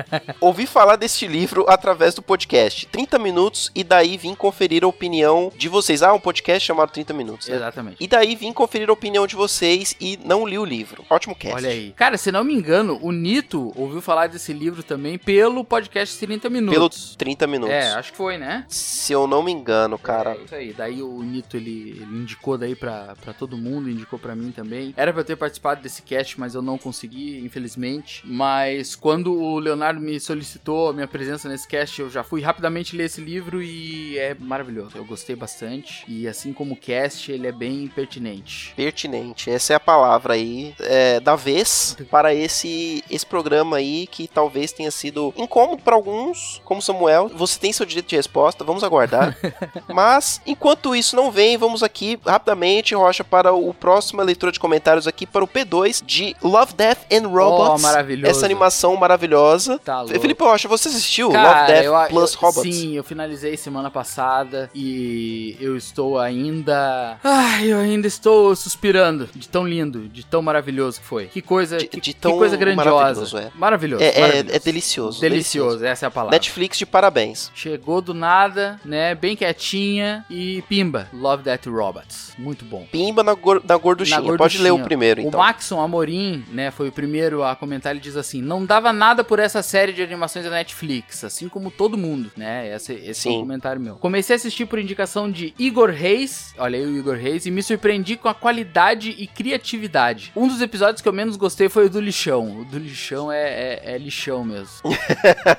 [SPEAKER 6] Ouvi falar deste livro através do podcast 30 Minutos e daí vim conferir a opinião de vocês. Ah, um podcast chamado 30 Minutos. né?
[SPEAKER 7] Exatamente.
[SPEAKER 6] E daí vim conferir a opinião de vocês e não li o livro. Ótimo cast.
[SPEAKER 7] Olha aí. Cara, se não me engano, o Nito ouviu falar desse livro também pelo podcast 30
[SPEAKER 6] Pelo
[SPEAKER 7] Minutos.
[SPEAKER 6] 30 Minutos.
[SPEAKER 7] É, acho que foi, né?
[SPEAKER 6] Se eu não me engano, cara.
[SPEAKER 7] É isso aí. Daí o Nito ele, ele indicou daí pra, pra todo mundo, indicou pra mim também. Era pra eu ter participado desse cast, mas eu não consegui, infelizmente. Mas quando o Leonardo me solicitou a minha presença nesse cast, eu já fui rapidamente ler esse livro e é maravilhoso. Eu gostei bastante. E assim como o cast, ele é bem pertinente.
[SPEAKER 6] Pertinente, essa é a palavra aí é, da vez para esse esse programa aí que talvez tenha sido incômodo para alguns, como Samuel. Você tem seu direito de resposta, vamos
[SPEAKER 7] (laughs)
[SPEAKER 6] aguardar. Mas enquanto isso não vem, vamos aqui rapidamente, Rocha, para o próxima leitura de comentários aqui para o P2 de Love, Death and
[SPEAKER 7] Oh,
[SPEAKER 6] Robots.
[SPEAKER 7] maravilhoso.
[SPEAKER 6] essa animação maravilhosa.
[SPEAKER 7] Tá louco.
[SPEAKER 6] Felipe Rocha, você assistiu
[SPEAKER 7] Cara,
[SPEAKER 6] Love, Death
[SPEAKER 7] eu- eu-
[SPEAKER 6] Plus Robots?
[SPEAKER 7] Sim, eu finalizei semana passada e eu estou ainda. Ai, eu ainda estou suspirando de tão lindo, de tão maravilhoso que foi. Que coisa,
[SPEAKER 6] De-
[SPEAKER 7] que,
[SPEAKER 6] de
[SPEAKER 7] que
[SPEAKER 6] tão
[SPEAKER 7] coisa grandiosa.
[SPEAKER 6] maravilhoso, é.
[SPEAKER 7] Maravilhoso,
[SPEAKER 6] É, é-
[SPEAKER 7] maravilhoso.
[SPEAKER 6] é delicioso,
[SPEAKER 7] Delicioso, essa é a palavra.
[SPEAKER 6] Netflix de parabéns.
[SPEAKER 7] Chegou do nada, né? Bem quietinha e pimba. Love That Robots. Muito bom.
[SPEAKER 6] Pimba na, gor na gorduchinha.
[SPEAKER 7] Na gorduchinha.
[SPEAKER 6] Pode ler o primeiro,
[SPEAKER 7] O
[SPEAKER 6] então.
[SPEAKER 7] Maxon Amorim, né, foi o primeiro a comentar, ele diz assim, não dava nada por essa série de animações da Netflix, assim como todo mundo, né, esse, esse é um
[SPEAKER 6] Sim.
[SPEAKER 7] comentário meu. Comecei a assistir por indicação de Igor Reis, olha aí o Igor Reis, e me surpreendi com a qualidade e criatividade. Um dos episódios que eu menos gostei foi o do lixão, o do lixão é, é- é lixão mesmo.
[SPEAKER 6] (laughs)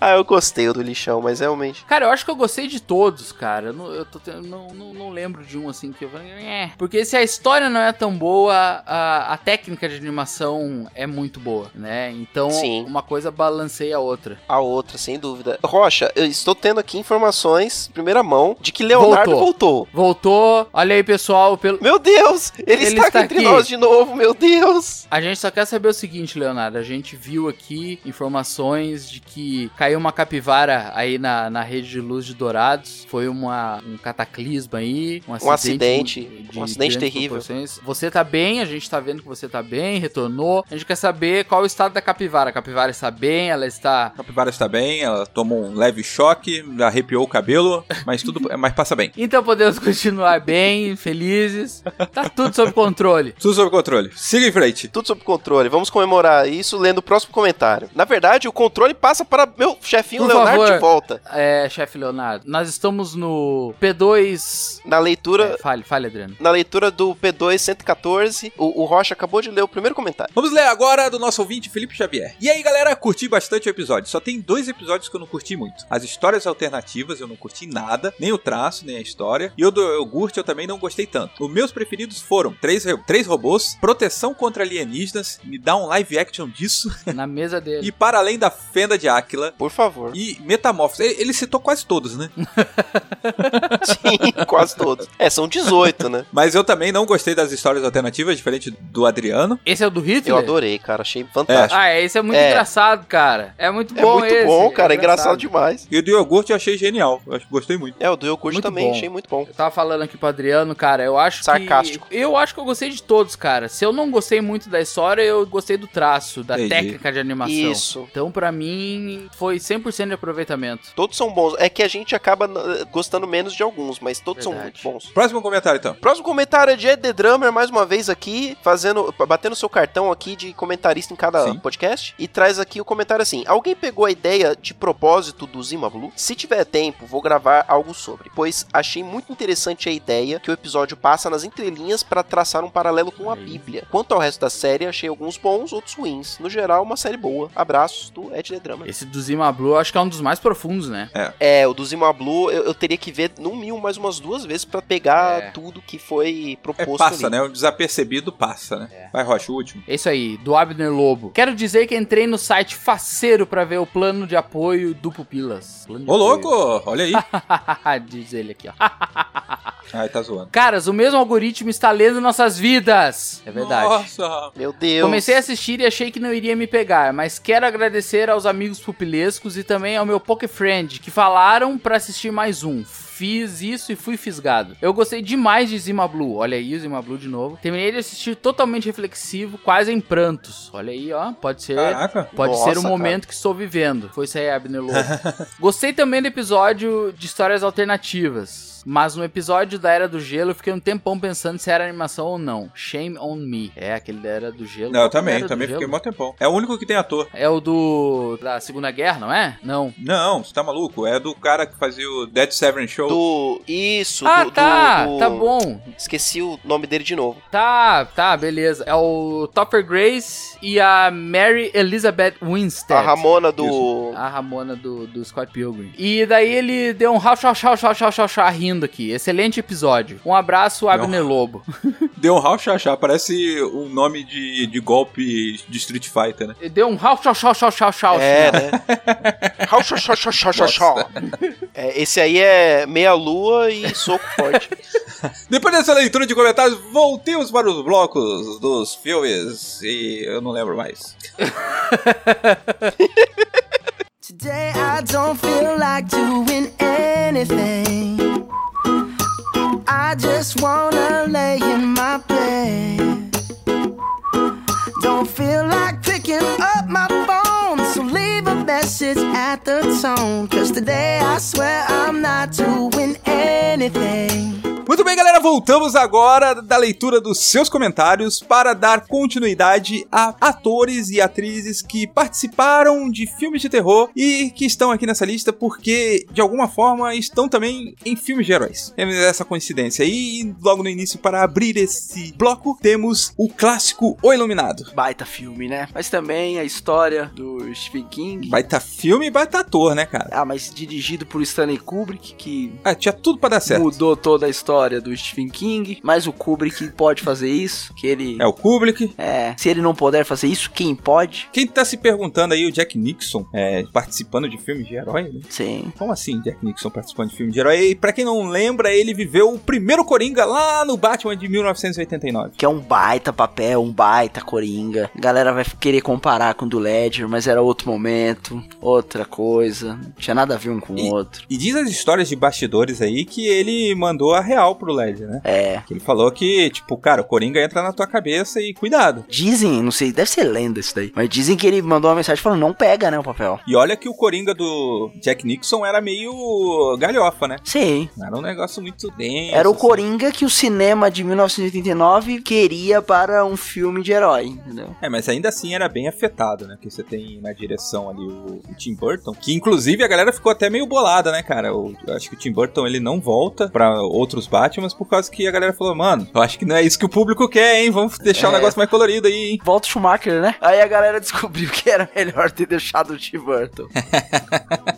[SPEAKER 6] Ah, eu gostei do lixão, mas realmente.
[SPEAKER 7] Cara, eu acho que eu gostei de todos, cara. Eu não, eu tô tendo- não, não- não lembro de um assim que eu falei. "Eh". Porque se a história não é tão boa, a, a técnica de animação é muito boa, né? Então,
[SPEAKER 6] Sim.
[SPEAKER 7] uma coisa balanceia a outra.
[SPEAKER 6] A outra, sem dúvida. Rocha, eu estou tendo aqui informações, primeira mão, de que Leonardo voltou.
[SPEAKER 7] Voltou, olha aí, pessoal. Pelo...
[SPEAKER 6] Meu Deus! Ele,
[SPEAKER 7] Ele
[SPEAKER 6] está,
[SPEAKER 7] está
[SPEAKER 6] aqui entre
[SPEAKER 7] aqui.
[SPEAKER 6] nós de novo, meu Deus!
[SPEAKER 7] A gente só quer saber o seguinte, Leonardo. A gente viu aqui informações de que caiu uma capivara aí na, na rede de luz de Dourados. Foi uma, um cataclisma aí, um acidente.
[SPEAKER 6] acidente, um acidente
[SPEAKER 7] grandes
[SPEAKER 6] terrível.
[SPEAKER 7] proporções. Você tá bem, a gente tá vendo que você tá bem, retornou. A gente quer saber qual é o estado da capivara. A capivara está bem, ela está.
[SPEAKER 1] A capivara está bem, ela tomou um leve choque, arrepiou o cabelo, mas tudo, (laughs) é, mas passa bem.
[SPEAKER 7] Então podemos (laughs) continuar bem, felizes. Tá tudo sob controle.
[SPEAKER 1] Tudo sob controle. Siga em frente.
[SPEAKER 6] Tudo sob controle. Vamos comemorar isso lendo o próximo comentário. Na verdade, o controle passa para meu chefinho
[SPEAKER 7] Por
[SPEAKER 6] Leonardo
[SPEAKER 7] favor.
[SPEAKER 6] de volta.
[SPEAKER 7] É, chefe Leonardo, nós estamos no P2.
[SPEAKER 6] Na leitura.
[SPEAKER 7] É, fale, fale, Adriano.
[SPEAKER 6] Na leitura do P2 114, o, o Rocha acabou de ler o primeiro comentário.
[SPEAKER 1] Vamos ler agora do nosso ouvinte Felipe Xavier. E aí, galera, curti bastante o episódio. Só tem dois episódios que eu não curti muito. As histórias alternativas eu não curti nada, nem o traço, nem a história. E o do iogurte eu também não gostei tanto. Os meus preferidos foram três, re- três robôs, proteção contra alienígenas, me dá um live action disso,
[SPEAKER 7] Na mesa dele.
[SPEAKER 1] e para além da fenda de Áquila.
[SPEAKER 6] Por
[SPEAKER 7] (laughs)
[SPEAKER 6] favor. (laughs)
[SPEAKER 1] E Metamorfose, ele, ele citou quase todos, né?
[SPEAKER 6] Sim, quase todos. É, são 18, né?
[SPEAKER 1] Mas eu também não gostei das histórias alternativas, diferente do Adriano.
[SPEAKER 7] Esse é o do Hitler?
[SPEAKER 6] Eu adorei, cara. Achei fantástico.
[SPEAKER 7] Ah, esse é muito
[SPEAKER 6] É.
[SPEAKER 7] engraçado, cara. É muito
[SPEAKER 6] É
[SPEAKER 7] bom
[SPEAKER 6] muito
[SPEAKER 7] esse.
[SPEAKER 6] bom, cara. É engraçado demais.
[SPEAKER 1] E o do iogurte eu achei genial. Eu acho- gostei muito.
[SPEAKER 6] É, o do iogurte
[SPEAKER 7] Muito
[SPEAKER 6] também.
[SPEAKER 7] bom.
[SPEAKER 6] Achei muito bom.
[SPEAKER 7] Eu tava falando aqui pro Adriano, cara, eu acho
[SPEAKER 6] Sarcástico.
[SPEAKER 7] que... Eu acho que eu gostei de todos, cara. Se eu não gostei muito da história, eu gostei do traço, da
[SPEAKER 1] Entendi.
[SPEAKER 7] técnica de animação.
[SPEAKER 6] Isso.
[SPEAKER 7] Então, pra mim, foi 100% de aproveitamento.
[SPEAKER 6] Todos são bons. É que a gente acaba eh, gostando menos de alguns, mas todos
[SPEAKER 7] Verdade.
[SPEAKER 6] são muito bônus.
[SPEAKER 1] Próximo comentário, então.
[SPEAKER 6] Próximo comentário é de Ed The Drummer, mais uma vez aqui, fazendo, batendo seu cartão aqui de comentarista em cada
[SPEAKER 1] Sim.
[SPEAKER 6] podcast. E traz aqui o comentário assim: Alguém pegou a ideia de propósito do Zima Blue? Se tiver tempo, vou gravar algo sobre, pois achei muito interessante a ideia que o episódio passa nas entrelinhas para traçar um paralelo com a Bíblia. Quanto ao resto da série, achei alguns bons, outros ruins. No geral, uma série boa. Abraços do Ed The Drummer.
[SPEAKER 7] Esse do Zima Blue, eu acho que é um dos mais profundos, né?
[SPEAKER 6] É, o do Zima Blue eu, eu teria que ver no mil mais umas duas vezes pra pegar
[SPEAKER 7] É.
[SPEAKER 6] tudo que foi
[SPEAKER 1] É,
[SPEAKER 6] proposto.
[SPEAKER 1] passa,
[SPEAKER 6] ali.
[SPEAKER 1] né? O desapercebido passa, né? Vai, Rocha, o último.
[SPEAKER 7] É isso aí, do Abner Lobo. Quero dizer que entrei no site faceiro pra ver o plano de apoio do Pupilas. Plano de
[SPEAKER 1] Ô,
[SPEAKER 7] (laughs) apoio.
[SPEAKER 1] louco! Olha aí.
[SPEAKER 7] Diz ele aqui, ó. (laughs)
[SPEAKER 1] Ai, tá zoando.
[SPEAKER 7] Caras, o mesmo algoritmo está lendo nossas vidas. É verdade.
[SPEAKER 1] Nossa!
[SPEAKER 6] Meu Deus.
[SPEAKER 7] Comecei a assistir e achei que não iria me pegar, mas quero agradecer aos amigos pupilescos e também ao meu Pokéfriend, que falaram pra assistir mais um. Fiz isso e fui fisgado. Eu gostei demais de Zima Blue. Olha aí o Zima Blue de novo. Terminei de assistir totalmente reflexivo, quase em prantos. Olha aí, ó. Pode ser.
[SPEAKER 1] Caraca!
[SPEAKER 7] Pode
[SPEAKER 6] Nossa,
[SPEAKER 7] ser o
[SPEAKER 6] cara.
[SPEAKER 7] momento que estou vivendo. Foi isso aí, Abner
[SPEAKER 6] (laughs)
[SPEAKER 7] Lobo. Gostei também do episódio de histórias alternativas. Mas no episódio da Era do Gelo eu fiquei um tempão pensando se era animação ou não. Shame on me. É aquele da Era do Gelo.
[SPEAKER 1] Não, eu
[SPEAKER 7] Qual que é a
[SPEAKER 1] também,
[SPEAKER 7] Era do
[SPEAKER 1] também
[SPEAKER 7] Gelo?
[SPEAKER 1] fiquei mó tempão. É o único que tem ator.
[SPEAKER 7] É o do. da Segunda Guerra, não é? Não.
[SPEAKER 1] Não, você tá maluco? É do cara que fazia o Dead Severin Show.
[SPEAKER 6] Do. Isso,
[SPEAKER 7] ah,
[SPEAKER 6] do,
[SPEAKER 7] tá!
[SPEAKER 6] do- do-
[SPEAKER 7] Tá bom.
[SPEAKER 6] Esqueci o nome dele de novo.
[SPEAKER 7] Tá, tá, beleza. É o Topher Grace e a Mary Elizabeth Winstead.
[SPEAKER 6] A Ramona do.
[SPEAKER 7] A Ramona do, do Scott Pilgrim. E daí ele deu um rau, chau, chau, chau, chau, chau, chau, rindo aqui. Excelente episódio. Um abraço, Abner Lobo.
[SPEAKER 1] Deu um Ralph Chachá, parece um nome de, de golpe de Street Fighter, né?
[SPEAKER 7] Ele deu um rau, chau, chau, chau, chau, chau.
[SPEAKER 6] É, né? Hau, xó, xó, xó, xó, xó, xó. É, esse aí é meia lua e soco
[SPEAKER 7] (laughs)
[SPEAKER 6] forte.
[SPEAKER 1] Depois dessa leitura de comentários, voltemos para os blocos dos filmes e eu não lembro mais.
[SPEAKER 9] Today I don't feel like doing anything. I just wanna lay in my bed. Don't feel like picking up my phone, so leave a message at the tone. Cause today I swear I'm not doing anything.
[SPEAKER 1] Muito bem, galera, voltamos agora da leitura dos seus comentários para dar continuidade a atores e atrizes que participaram de filmes de terror e que estão aqui nessa lista porque, de alguma forma, estão também em filmes de heróis. Temos essa coincidência. E logo no início, para abrir esse bloco, temos o clássico O Iluminado.
[SPEAKER 2] Baita filme, né? Mas também a história do Stephen King.
[SPEAKER 1] Baita filme e baita ator, né, cara?
[SPEAKER 2] Ah, mas dirigido por Stanley Kubrick, que
[SPEAKER 1] Ah, tinha tudo pra dar certo.
[SPEAKER 2] mudou toda a história do Stephen King. Mas o Kubrick pode fazer isso, que ele...
[SPEAKER 1] É o Kubrick.
[SPEAKER 2] É, se ele não puder fazer isso, quem pode?
[SPEAKER 1] Quem tá se perguntando aí, o Jack Nixon é, participando de filmes de herói, né?
[SPEAKER 2] Sim.
[SPEAKER 1] Como assim Jack Nixon participando de filme de herói? E pra quem não lembra, ele viveu o primeiro Coringa lá no Batman de 1989.
[SPEAKER 2] Que é um baita papel, um baita coringa. A galera vai querer comparar com o do Ledger, mas era outro momento, outra coisa. Não tinha nada a ver um com o
[SPEAKER 1] E-
[SPEAKER 2] outro.
[SPEAKER 1] E diz as histórias de bastidores aí que ele mandou a real pro Ledger, né?
[SPEAKER 2] É.
[SPEAKER 1] Que ele falou que, tipo, cara, o Coringa entra na tua cabeça e cuidado.
[SPEAKER 2] Dizem, não sei, deve ser lenda isso daí. Mas dizem que ele mandou uma mensagem falando: não pega, né, o papel.
[SPEAKER 1] E olha que o Coringa do Jack Nixon era meio galhofa, né?
[SPEAKER 2] Sim.
[SPEAKER 1] Era um negócio muito denso.
[SPEAKER 2] Era o
[SPEAKER 1] assim.
[SPEAKER 2] Coringa que o cinema de 1989 queria para um filme de herói, entendeu?
[SPEAKER 1] É, mas ainda assim era bem afetado, né? Porque você tem na direção ali o, o Tim Burton, que inclusive a galera ficou até meio bolada, né, cara? O- eu acho que o Tim Burton ele não volta pra outros Batmans por causa que a galera falou, mano, eu acho que não é isso que o público quer, hein? Vamos deixar o negócio mais colorido aí, hein?
[SPEAKER 2] Volta o Schumacher, né? Aí a galera descobriu que era melhor ter deixado o Tim Burton.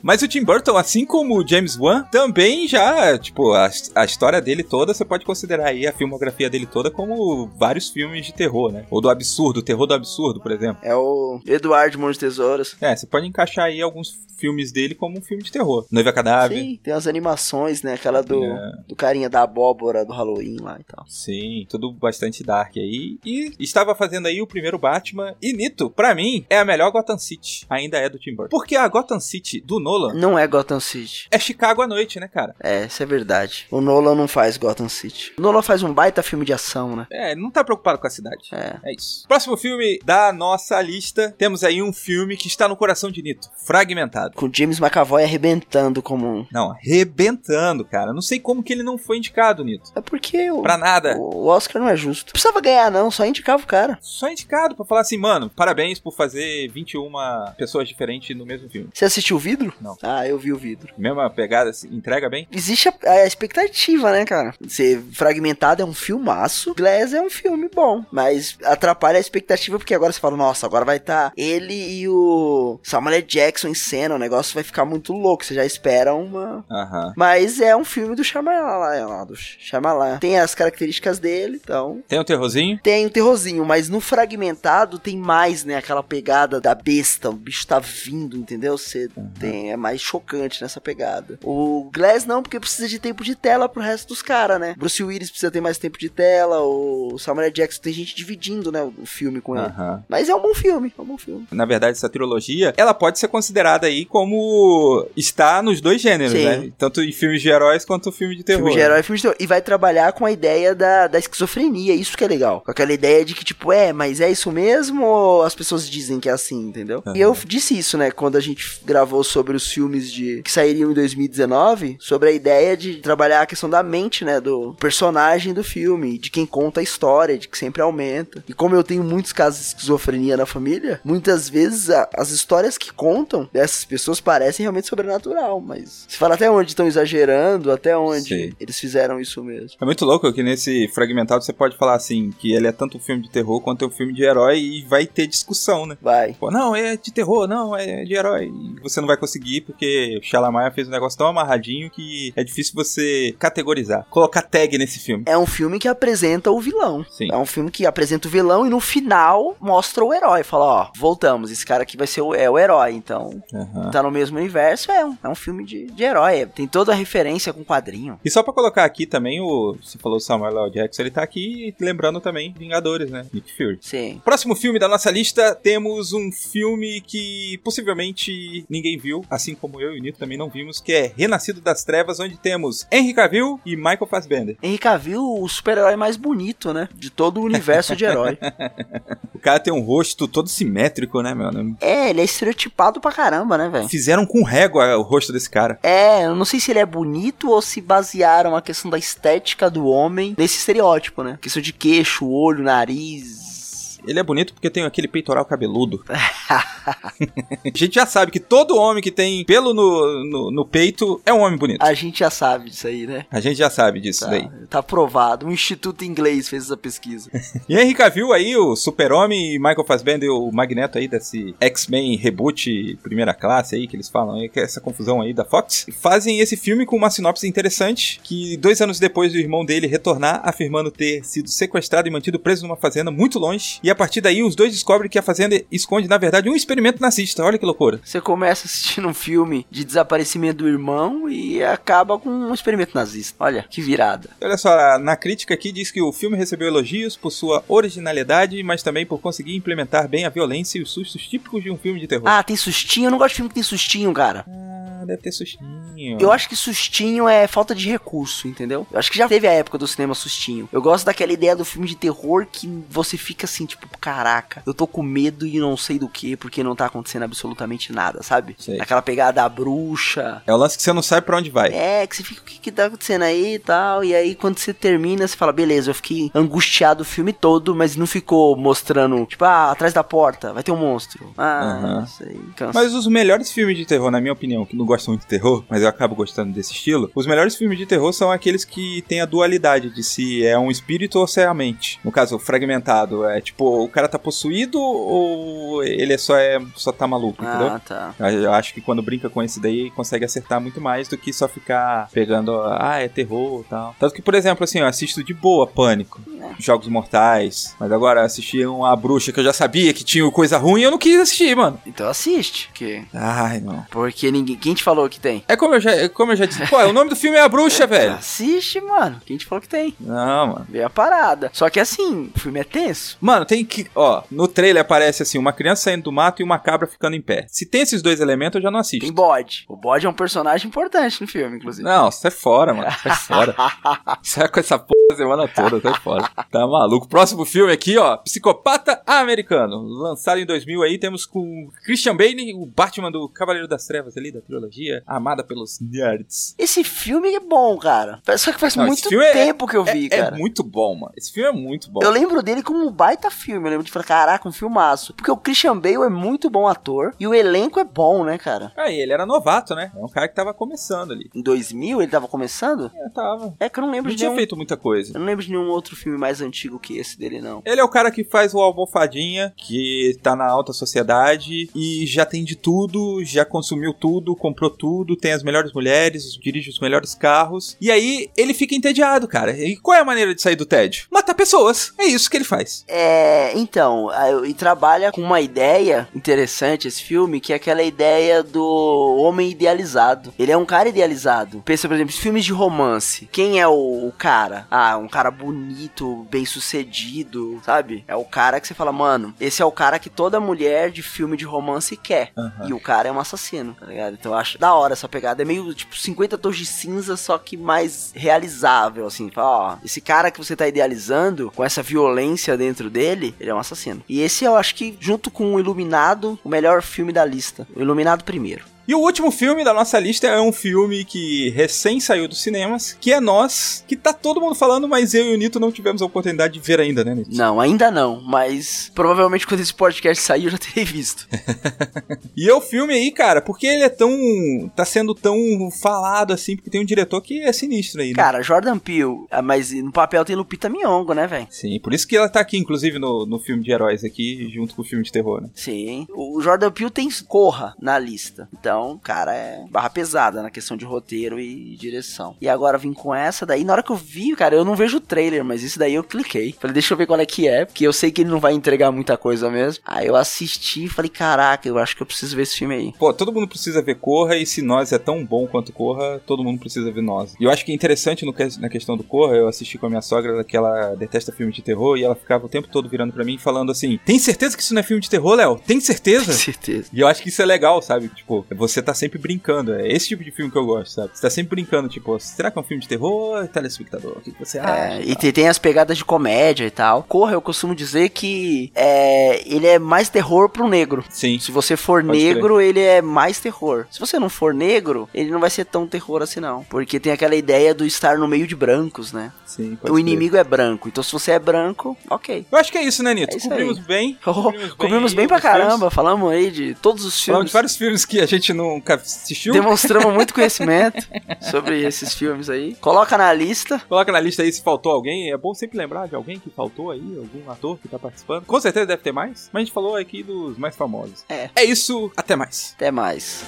[SPEAKER 1] Mas o Tim Burton, assim como o James Wan, também já, tipo, a, a história dele toda, você pode considerar aí a filmografia dele toda como vários filmes de terror, né? Ou do absurdo, o terror do absurdo, por exemplo.
[SPEAKER 2] É o Eduardo Monte Tesouras.
[SPEAKER 1] É, você pode encaixar aí alguns filmes dele como um filme de terror. Noiva Cadáver.
[SPEAKER 2] Sim, tem as animações, né? Aquela do,
[SPEAKER 1] É.
[SPEAKER 2] do carinha da abóbora do Halloween lá e tal.
[SPEAKER 1] Sim, tudo bastante dark aí. E estava fazendo aí o primeiro Batman. E Nito, pra mim, é a melhor Gotham City. Ainda é do Tim Burton. Porque a Gotham City do Nolan
[SPEAKER 2] Não é Gotham City.
[SPEAKER 1] é Chicago à noite, né, cara?
[SPEAKER 2] É, isso é verdade. O Nolan não faz Gotham City. O Nolan faz um baita filme de ação, né?
[SPEAKER 1] É, ele não tá preocupado com a cidade.
[SPEAKER 2] É.
[SPEAKER 1] É isso. Próximo filme da nossa lista, temos aí um filme que está no coração de Nito. Fragmentado.
[SPEAKER 2] Com o James McAvoy arrebentando como um.
[SPEAKER 1] Não, arrebentando, cara. Não sei como que ele não foi indicado, Nito.
[SPEAKER 2] É porque o,
[SPEAKER 1] Pra nada.
[SPEAKER 2] o Oscar não é justo. Não precisava ganhar, não, só indicava o cara.
[SPEAKER 1] Só indicado pra falar assim, mano, parabéns por fazer 21 pessoas diferentes no mesmo filme.
[SPEAKER 2] Você assistiu o vidro?
[SPEAKER 1] Não.
[SPEAKER 2] Ah, eu vi o vidro.
[SPEAKER 1] Mesma pegada, assim, entrega bem.
[SPEAKER 2] Existe a, a expectativa, né, cara? Ser fragmentado é um filmaço. Glass é um filme bom. Mas atrapalha a expectativa porque agora você fala, nossa, agora vai estar ele e o Samuel L. Jackson em cena. O negócio vai ficar muito louco. Você já espera uma.
[SPEAKER 1] Aham.
[SPEAKER 2] Mas é um filme do Shyamalan, lá, lá, do Shyamalan. Tem as características dele, então...
[SPEAKER 1] Tem um terrorzinho?
[SPEAKER 2] Tem um terrorzinho, mas no fragmentado tem mais, né? Aquela pegada da besta, o bicho tá vindo, entendeu? Você tem, é mais chocante nessa pegada. O Glass não, porque precisa de tempo de tela pro resto dos caras, né? Bruce Willis precisa ter mais tempo de tela, o Samuel Jackson tem gente dividindo, né? O filme com ele.
[SPEAKER 1] Aham.
[SPEAKER 2] Mas é um bom filme, é um bom filme.
[SPEAKER 1] na verdade, essa trilogia, ela pode ser considerada aí como está nos dois gêneros,
[SPEAKER 2] Sim.
[SPEAKER 1] né? Tanto em filmes de heróis quanto filme de terror. né?
[SPEAKER 2] Filme de herói, filme de terror. E vai trabalhar com a ideia da, da esquizofrenia, isso que é legal. Com aquela ideia de que, tipo, é, mas é isso mesmo ou as pessoas dizem que é assim, entendeu?
[SPEAKER 1] Aham.
[SPEAKER 2] E eu disse isso, né, quando a gente gravou sobre os filmes de que sairiam em 2019, sobre a ideia de trabalhar a questão da mente, né, do personagem do filme, de quem conta a história, de que sempre aumenta. E como eu tenho muitos casos de esquizofrenia na família, muitas vezes a- as histórias que contam dessas pessoas parecem realmente sobrenatural, mas se fala até onde estão exagerando, até onde
[SPEAKER 1] Sim.
[SPEAKER 2] eles fizeram isso mesmo.
[SPEAKER 1] É muito louco que nesse fragmentado você pode falar assim, que ele é tanto um filme de terror quanto um filme de herói e vai ter discussão, né?
[SPEAKER 2] Vai.
[SPEAKER 1] Pô, não, é de terror, não, é de herói. E Você não vai conseguir porque o Shalamaia fez um negócio tão amarradinho que é difícil você categorizar, colocar tag nesse filme.
[SPEAKER 2] É um filme que apresenta o vilão.
[SPEAKER 1] Sim.
[SPEAKER 2] É um filme que apresenta o vilão e no final mostra o herói. Fala, ó, voltamos, esse cara aqui vai ser o, é o herói, então
[SPEAKER 1] Aham.
[SPEAKER 2] tá no mesmo universo, é um, é um filme de, de herói. é- Tem toda a referência com quadrinho.
[SPEAKER 1] E só pra colocar aqui também, o você falou o Samuel L. Jackson, ele tá aqui lembrando também Vingadores, né? Nick Fury.
[SPEAKER 2] Sim.
[SPEAKER 1] Próximo filme da nossa lista, temos um filme que possivelmente ninguém viu, assim como eu e o Nito também não vimos, que é Renascido das Trevas, onde temos Henry Cavill e Michael Fassbender.
[SPEAKER 2] Henry Cavill, o super-herói mais bonito, né? De todo o universo de herói.
[SPEAKER 1] O cara tem um rosto todo simétrico, né, meu?
[SPEAKER 2] É, ele é estereotipado pra caramba, né, velho?
[SPEAKER 1] Fizeram com régua o rosto desse cara.
[SPEAKER 2] É, eu não sei se ele é bonito ou se basearam a questão da estética do homem nesse estereótipo, né? Questão de queixo, olho, nariz.
[SPEAKER 1] Ele é bonito porque tem aquele peitoral cabeludo. (laughs) A gente já sabe que todo homem que tem pelo no, no, no peito é um homem bonito.
[SPEAKER 2] A gente já sabe disso aí, né?
[SPEAKER 1] A gente já sabe disso
[SPEAKER 2] Tá,
[SPEAKER 1] daí.
[SPEAKER 2] tá provado. Um instituto inglês fez essa pesquisa.
[SPEAKER 1] E Henry Cavill aí, o super-homem e Michael Fassbender, o Magneto aí desse X-Men reboot primeira classe aí, que eles falam aí, que é essa confusão aí da Fox, fazem esse filme com uma sinopse interessante, que dois anos depois do irmão dele retornar, afirmando ter sido sequestrado e mantido preso numa fazenda muito longe, e a partir daí os dois descobrem que a fazenda esconde, na verdade, um experimento nazista, olha que loucura.
[SPEAKER 2] Você começa assistindo um filme de desaparecimento do irmão e acaba com um experimento nazista. Olha, que virada.
[SPEAKER 1] Olha só, na crítica aqui diz que o filme recebeu elogios por sua originalidade, mas também por conseguir implementar bem a violência e os sustos típicos de um filme de terror.
[SPEAKER 2] Ah, tem sustinho? Eu não gosto de filme que tem sustinho, cara.
[SPEAKER 1] Ah, deve ter sustinho.
[SPEAKER 2] Eu acho que sustinho é falta de recurso, entendeu? Eu acho que já teve a época do cinema sustinho. Eu gosto daquela ideia do filme de terror que você fica assim, tipo, caraca, eu tô com medo e não sei do que, porque não tá acontecendo absolutamente nada, sabe?
[SPEAKER 1] Sei.
[SPEAKER 2] Aquela pegada da bruxa.
[SPEAKER 1] É o lance que você não sabe pra onde vai.
[SPEAKER 2] É, que você fica, o que que tá acontecendo aí e tal. E aí, quando você termina, você fala, beleza, eu fiquei angustiado o filme todo, mas não ficou mostrando, tipo, ah, atrás da porta, vai ter um monstro. Ah,
[SPEAKER 1] Aham.
[SPEAKER 2] isso aí, cansa.
[SPEAKER 1] Mas os melhores filmes de terror, na minha opinião, que não gosto muito de terror, mas eu acabo gostando desse estilo, os melhores filmes de terror são aqueles que têm a dualidade de se é um espírito ou se é a mente. No caso, o fragmentado, é tipo, o cara tá possuído ou ele é só, é, só tá maluco, entendeu?
[SPEAKER 2] Ah, tá.
[SPEAKER 1] Eu eu acho que quando brinca com esse daí, consegue acertar muito mais do que só ficar pegando, ah, é terror e tal. Tanto que, por exemplo, assim, eu assisto de boa Pânico, Jogos Mortais, mas agora assisti um A Bruxa que eu já sabia que tinha coisa ruim e eu não quis assistir, mano.
[SPEAKER 2] Então assiste, que...
[SPEAKER 1] Ai, não.
[SPEAKER 2] Porque ninguém. Quem te falou que tem?
[SPEAKER 1] É como eu já, é como eu já disse, pô, o nome do filme é A Bruxa, velho.
[SPEAKER 2] Assiste, mano. Quem te falou que tem?
[SPEAKER 1] Não, mano.
[SPEAKER 2] Vê a parada. Só que assim, o filme é tenso.
[SPEAKER 1] Mano, tem que. Ó, no trailer aparece assim: uma criança saindo do mato e uma cabra ficando em pé. Se tem esses dois elementos, eu já não assisto.
[SPEAKER 2] Tem bode. O bode é um personagem importante no filme, inclusive.
[SPEAKER 1] Não, sai fora, mano.
[SPEAKER 2] (laughs)
[SPEAKER 1] Sai fora. sai com essa porra a semana toda, sai fora. Tá maluco. Próximo filme aqui, ó. Psicopata Americano. Lançado em 2000 aí, temos com Christian Bale, o Batman do Cavaleiro das Trevas ali, da trilogia, amada pelos nerds.
[SPEAKER 2] Esse filme é bom, cara. Só que faz
[SPEAKER 1] Não, esse
[SPEAKER 2] muito
[SPEAKER 1] filme é-
[SPEAKER 2] tempo que eu vi,
[SPEAKER 1] é,
[SPEAKER 2] cara.
[SPEAKER 1] é muito bom, mano. Esse filme é muito bom.
[SPEAKER 2] Eu lembro dele como um baita filme. Eu lembro de falar, caraca, um filmaço. Porque o Christian Bale é muito bom ator e o elenco é bom, né, cara?
[SPEAKER 1] Ah, e ele era novato, né? É um cara que tava começando ali.
[SPEAKER 2] Em 2000 ele tava começando?
[SPEAKER 1] É, tava.
[SPEAKER 2] É que eu não lembro
[SPEAKER 1] Não
[SPEAKER 2] de
[SPEAKER 1] tinha
[SPEAKER 2] nenhum.
[SPEAKER 1] feito muita coisa.
[SPEAKER 2] Eu não lembro de nenhum outro filme mais mais antigo que esse dele, não.
[SPEAKER 1] Ele é o cara que faz o Almofadinha, que tá na alta sociedade e já tem de tudo, já consumiu tudo, comprou tudo, tem as melhores mulheres, dirige os melhores carros. E aí ele fica entediado, cara. E qual é a maneira de sair do tédio? Matar pessoas. É isso que ele faz.
[SPEAKER 2] É, então, a- e trabalha com uma ideia interessante esse filme, que é aquela ideia do homem idealizado. Ele é um cara idealizado. Pensa, por exemplo, os filmes de romance. Quem é o, o cara? Ah, um cara bonito, bem sucedido, sabe? É o cara que você fala, mano, esse é o cara que toda mulher de filme de romance quer. E o cara é um assassino, tá ligado? Então eu acho da hora essa pegada. É meio tipo 50 tons de cinza, só que mais realizável, assim. Fala, ó, esse cara que você tá idealizando, com essa violência dentro dele, ele é um assassino. E esse eu acho que, junto com o Iluminado, o melhor filme da lista. O Iluminado primeiro.
[SPEAKER 1] E o último filme da nossa lista é um filme que recém saiu dos cinemas, que é Nós, que tá todo mundo falando, mas eu e o Nito não tivemos a oportunidade de ver ainda, né, Nito?
[SPEAKER 2] Não, ainda não, mas provavelmente quando esse podcast sair eu já (laughs) terei visto.
[SPEAKER 1] E é o filme aí, cara, porque ele é tão. tá sendo tão falado assim, porque tem um diretor que é sinistro aí, né?
[SPEAKER 2] Cara, Jordan Peele, ah, mas no papel tem Lupita Nyong'o, né, velho?
[SPEAKER 1] Sim, por isso que ela tá aqui, inclusive, no, no filme de heróis aqui, junto com o filme de terror, né?
[SPEAKER 2] Sim. O Jordan Peele tem Corra na lista. Então, cara, é barra pesada na questão de roteiro e direção. E agora vim com essa daí. Na hora que eu vi, cara, eu não vejo o trailer, mas isso daí eu cliquei. Falei, deixa eu ver qual é que é, porque eu sei que ele não vai entregar muita coisa mesmo. Aí eu assisti e falei, caraca, eu acho que eu preciso ver esse filme aí.
[SPEAKER 1] Pô, todo mundo precisa ver Corra, e se Nós é tão bom quanto Corra, todo mundo precisa ver Nós. E eu acho que é interessante no que- na questão do Corra, eu assisti com a minha sogra, ela- que ela detesta filme de terror, e ela ficava o tempo todo virando pra mim e falando assim: Tem certeza que isso não é filme de terror, Léo? Tem certeza?
[SPEAKER 2] (laughs) Com certeza.
[SPEAKER 1] E eu acho que isso é legal, sabe? Tipo, você tá sempre brincando. É esse tipo de filme que eu gosto, sabe? Você tá sempre brincando, tipo, será que é um filme de terror, telespectador? O que que você acha?
[SPEAKER 2] É, e tem, tem as pegadas de comédia e tal. Corra, eu costumo dizer que é, ele é mais terror pro negro.
[SPEAKER 1] Sim.
[SPEAKER 2] Se você for
[SPEAKER 1] Pode crer.
[SPEAKER 2] negro, ele é mais terror. Se você não for negro, ele não vai ser tão terror assim, não. Porque tem aquela ideia do estar no meio de brancos, né?
[SPEAKER 1] Sim, pode
[SPEAKER 2] o
[SPEAKER 1] crer.
[SPEAKER 2] inimigo é branco. Então, se você é branco, ok. (laughs)
[SPEAKER 1] Eu acho que é isso, né, Nito?
[SPEAKER 2] É isso
[SPEAKER 1] Cobrimos
[SPEAKER 2] aí.
[SPEAKER 1] bem.
[SPEAKER 2] Cobrimos, bem pra
[SPEAKER 1] os filmes.
[SPEAKER 2] caramba. Falamos aí de todos os
[SPEAKER 1] Falamos
[SPEAKER 2] filmes.
[SPEAKER 1] de vários filmes que a gente nunca assistiu. (laughs)
[SPEAKER 2] Demonstramos muito conhecimento sobre esses filmes aí. Coloca na lista.
[SPEAKER 1] Coloca na lista aí se faltou alguém. É bom sempre lembrar de alguém que faltou aí, algum ator que tá participando. Com certeza deve ter mais, mas a gente falou aqui dos mais famosos.
[SPEAKER 2] É.
[SPEAKER 1] É isso, até mais.
[SPEAKER 2] Até mais.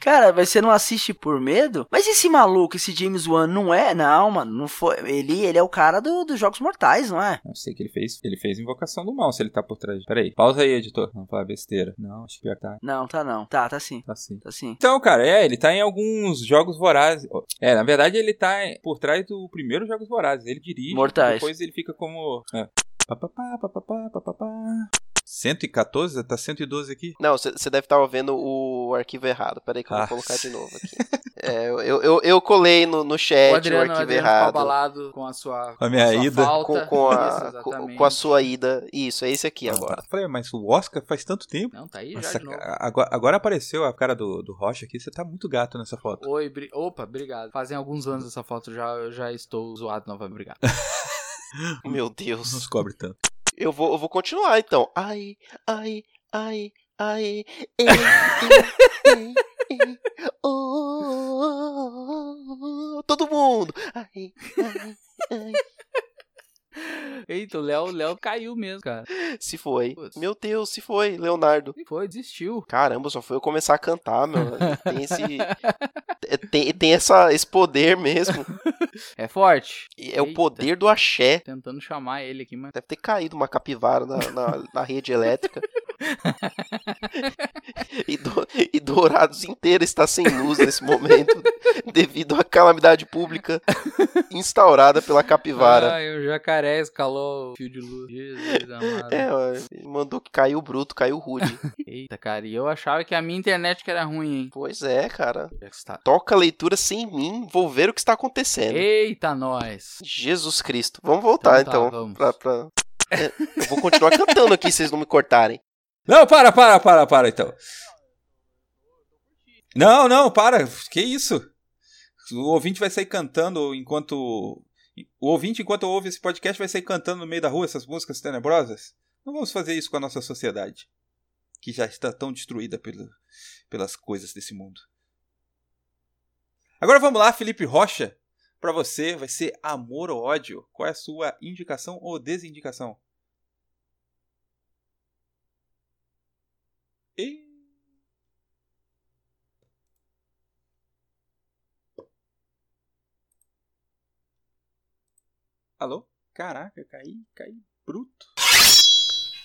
[SPEAKER 2] Cara, mas você não assiste por medo? Mas esse maluco, esse James Wan, não é? Não, mano, não foi. Ele, ele é o cara do- dos Jogos Mortais, não é?
[SPEAKER 1] Não sei o que ele fez. Ele fez Invocação do Mal, se ele tá por trás. Peraí, pausa aí, editor. Não falar besteira. Não, acho que já tá.
[SPEAKER 2] Não, tá não. Tá, tá sim.
[SPEAKER 1] Tá sim.
[SPEAKER 2] Tá sim.
[SPEAKER 1] Então, cara, é, ele tá em alguns jogos vorazes. É, na verdade, ele tá por trás do primeiro Jogos Vorazes. Ele dirige.
[SPEAKER 2] Mortais.
[SPEAKER 1] Depois ele fica como. É. Pá, pá, pá, pá, pá, pá, pá, pá, pá. 114? Tá 112 aqui?
[SPEAKER 6] Não, você deve estar vendo o arquivo errado. Peraí que eu
[SPEAKER 1] Ah.
[SPEAKER 6] vou colocar de novo aqui. É, eu, eu, eu- eu colei no, no chat
[SPEAKER 7] O
[SPEAKER 6] o,
[SPEAKER 7] Adriano, o
[SPEAKER 6] arquivo
[SPEAKER 7] Adriano ficou
[SPEAKER 6] errado.
[SPEAKER 7] abalado com a sua,
[SPEAKER 1] Com a minha
[SPEAKER 7] sua
[SPEAKER 1] ida.
[SPEAKER 6] Com,
[SPEAKER 7] falta.
[SPEAKER 6] com,
[SPEAKER 7] Isso,
[SPEAKER 6] a, com,
[SPEAKER 7] exatamente. Ah,
[SPEAKER 6] com a sua ida. Isso, é esse aqui agora.
[SPEAKER 1] Falei, mas o Oscar faz tanto tempo.
[SPEAKER 7] Não, tá aí Tá já
[SPEAKER 1] Nossa,
[SPEAKER 7] de novo.
[SPEAKER 1] cara, agora, agora apareceu a cara do, do Rocha aqui. Você tá muito gato nessa foto.
[SPEAKER 7] Oi, bri- opa, obrigado. Fazem alguns anos essa foto, já, eu já estou zoado novamente,
[SPEAKER 1] (laughs)
[SPEAKER 7] obrigado.
[SPEAKER 6] Meu
[SPEAKER 1] Não
[SPEAKER 6] Deus.
[SPEAKER 1] se cobre tanto.
[SPEAKER 6] Eu vou, eu vou continuar então. Ai, ai, ai, ai. Ei, ei, ei, ei, oh, todo mundo. Ai, ai, ai.
[SPEAKER 7] Eita, o Léo, o Léo caiu mesmo, cara.
[SPEAKER 6] Se foi.
[SPEAKER 7] Putz.
[SPEAKER 6] Meu Deus, se foi, Leonardo.
[SPEAKER 7] E foi, desistiu.
[SPEAKER 6] Caramba, só foi eu começar a cantar, meu. Tem
[SPEAKER 7] (laughs)
[SPEAKER 6] esse. é, Tem, tem essa, esse poder mesmo.
[SPEAKER 7] É forte.
[SPEAKER 6] E É o
[SPEAKER 7] Eita.
[SPEAKER 6] poder do axé.
[SPEAKER 7] Tentando chamar ele aqui, mas.
[SPEAKER 6] Deve ter caído uma capivara na,
[SPEAKER 7] (laughs)
[SPEAKER 6] na, na rede elétrica. e, do- e Dourados inteiro está sem luz nesse
[SPEAKER 7] (laughs)
[SPEAKER 6] momento, devido à calamidade pública instaurada pela capivara.
[SPEAKER 7] Ah, o jacaré escalou o fio de luz.
[SPEAKER 6] (laughs)
[SPEAKER 7] Jesus amado.
[SPEAKER 6] É, ó, mandou que caiu bruto, caiu
[SPEAKER 7] (laughs)
[SPEAKER 6] rude.
[SPEAKER 7] Eita, cara, e eu achava que a minha internet que era ruim, hein?
[SPEAKER 6] pois é, cara.
[SPEAKER 7] Já que está.
[SPEAKER 6] Toca a leitura sem mim, vou ver o que está acontecendo.
[SPEAKER 7] Eita, nós.
[SPEAKER 6] Jesus Cristo. Vamos voltar
[SPEAKER 7] Então tá,
[SPEAKER 6] então.
[SPEAKER 7] vamos.
[SPEAKER 6] pra- pra- É, eu vou continuar cantando aqui se vocês não me cortarem.
[SPEAKER 1] Não, para, para, para, para então. Não, não, para. Que isso? O ouvinte vai sair cantando enquanto. O ouvinte, enquanto ouve esse podcast, vai sair cantando no meio da rua essas músicas tenebrosas? Não vamos fazer isso com a nossa sociedade, que já está tão destruída pelo- pelas coisas desse mundo. Agora vamos lá, Felipe Rocha. Pra você vai ser amor ou ódio? Qual é a sua indicação ou desindicação? E... Alô? Caraca, caí, caí bruto.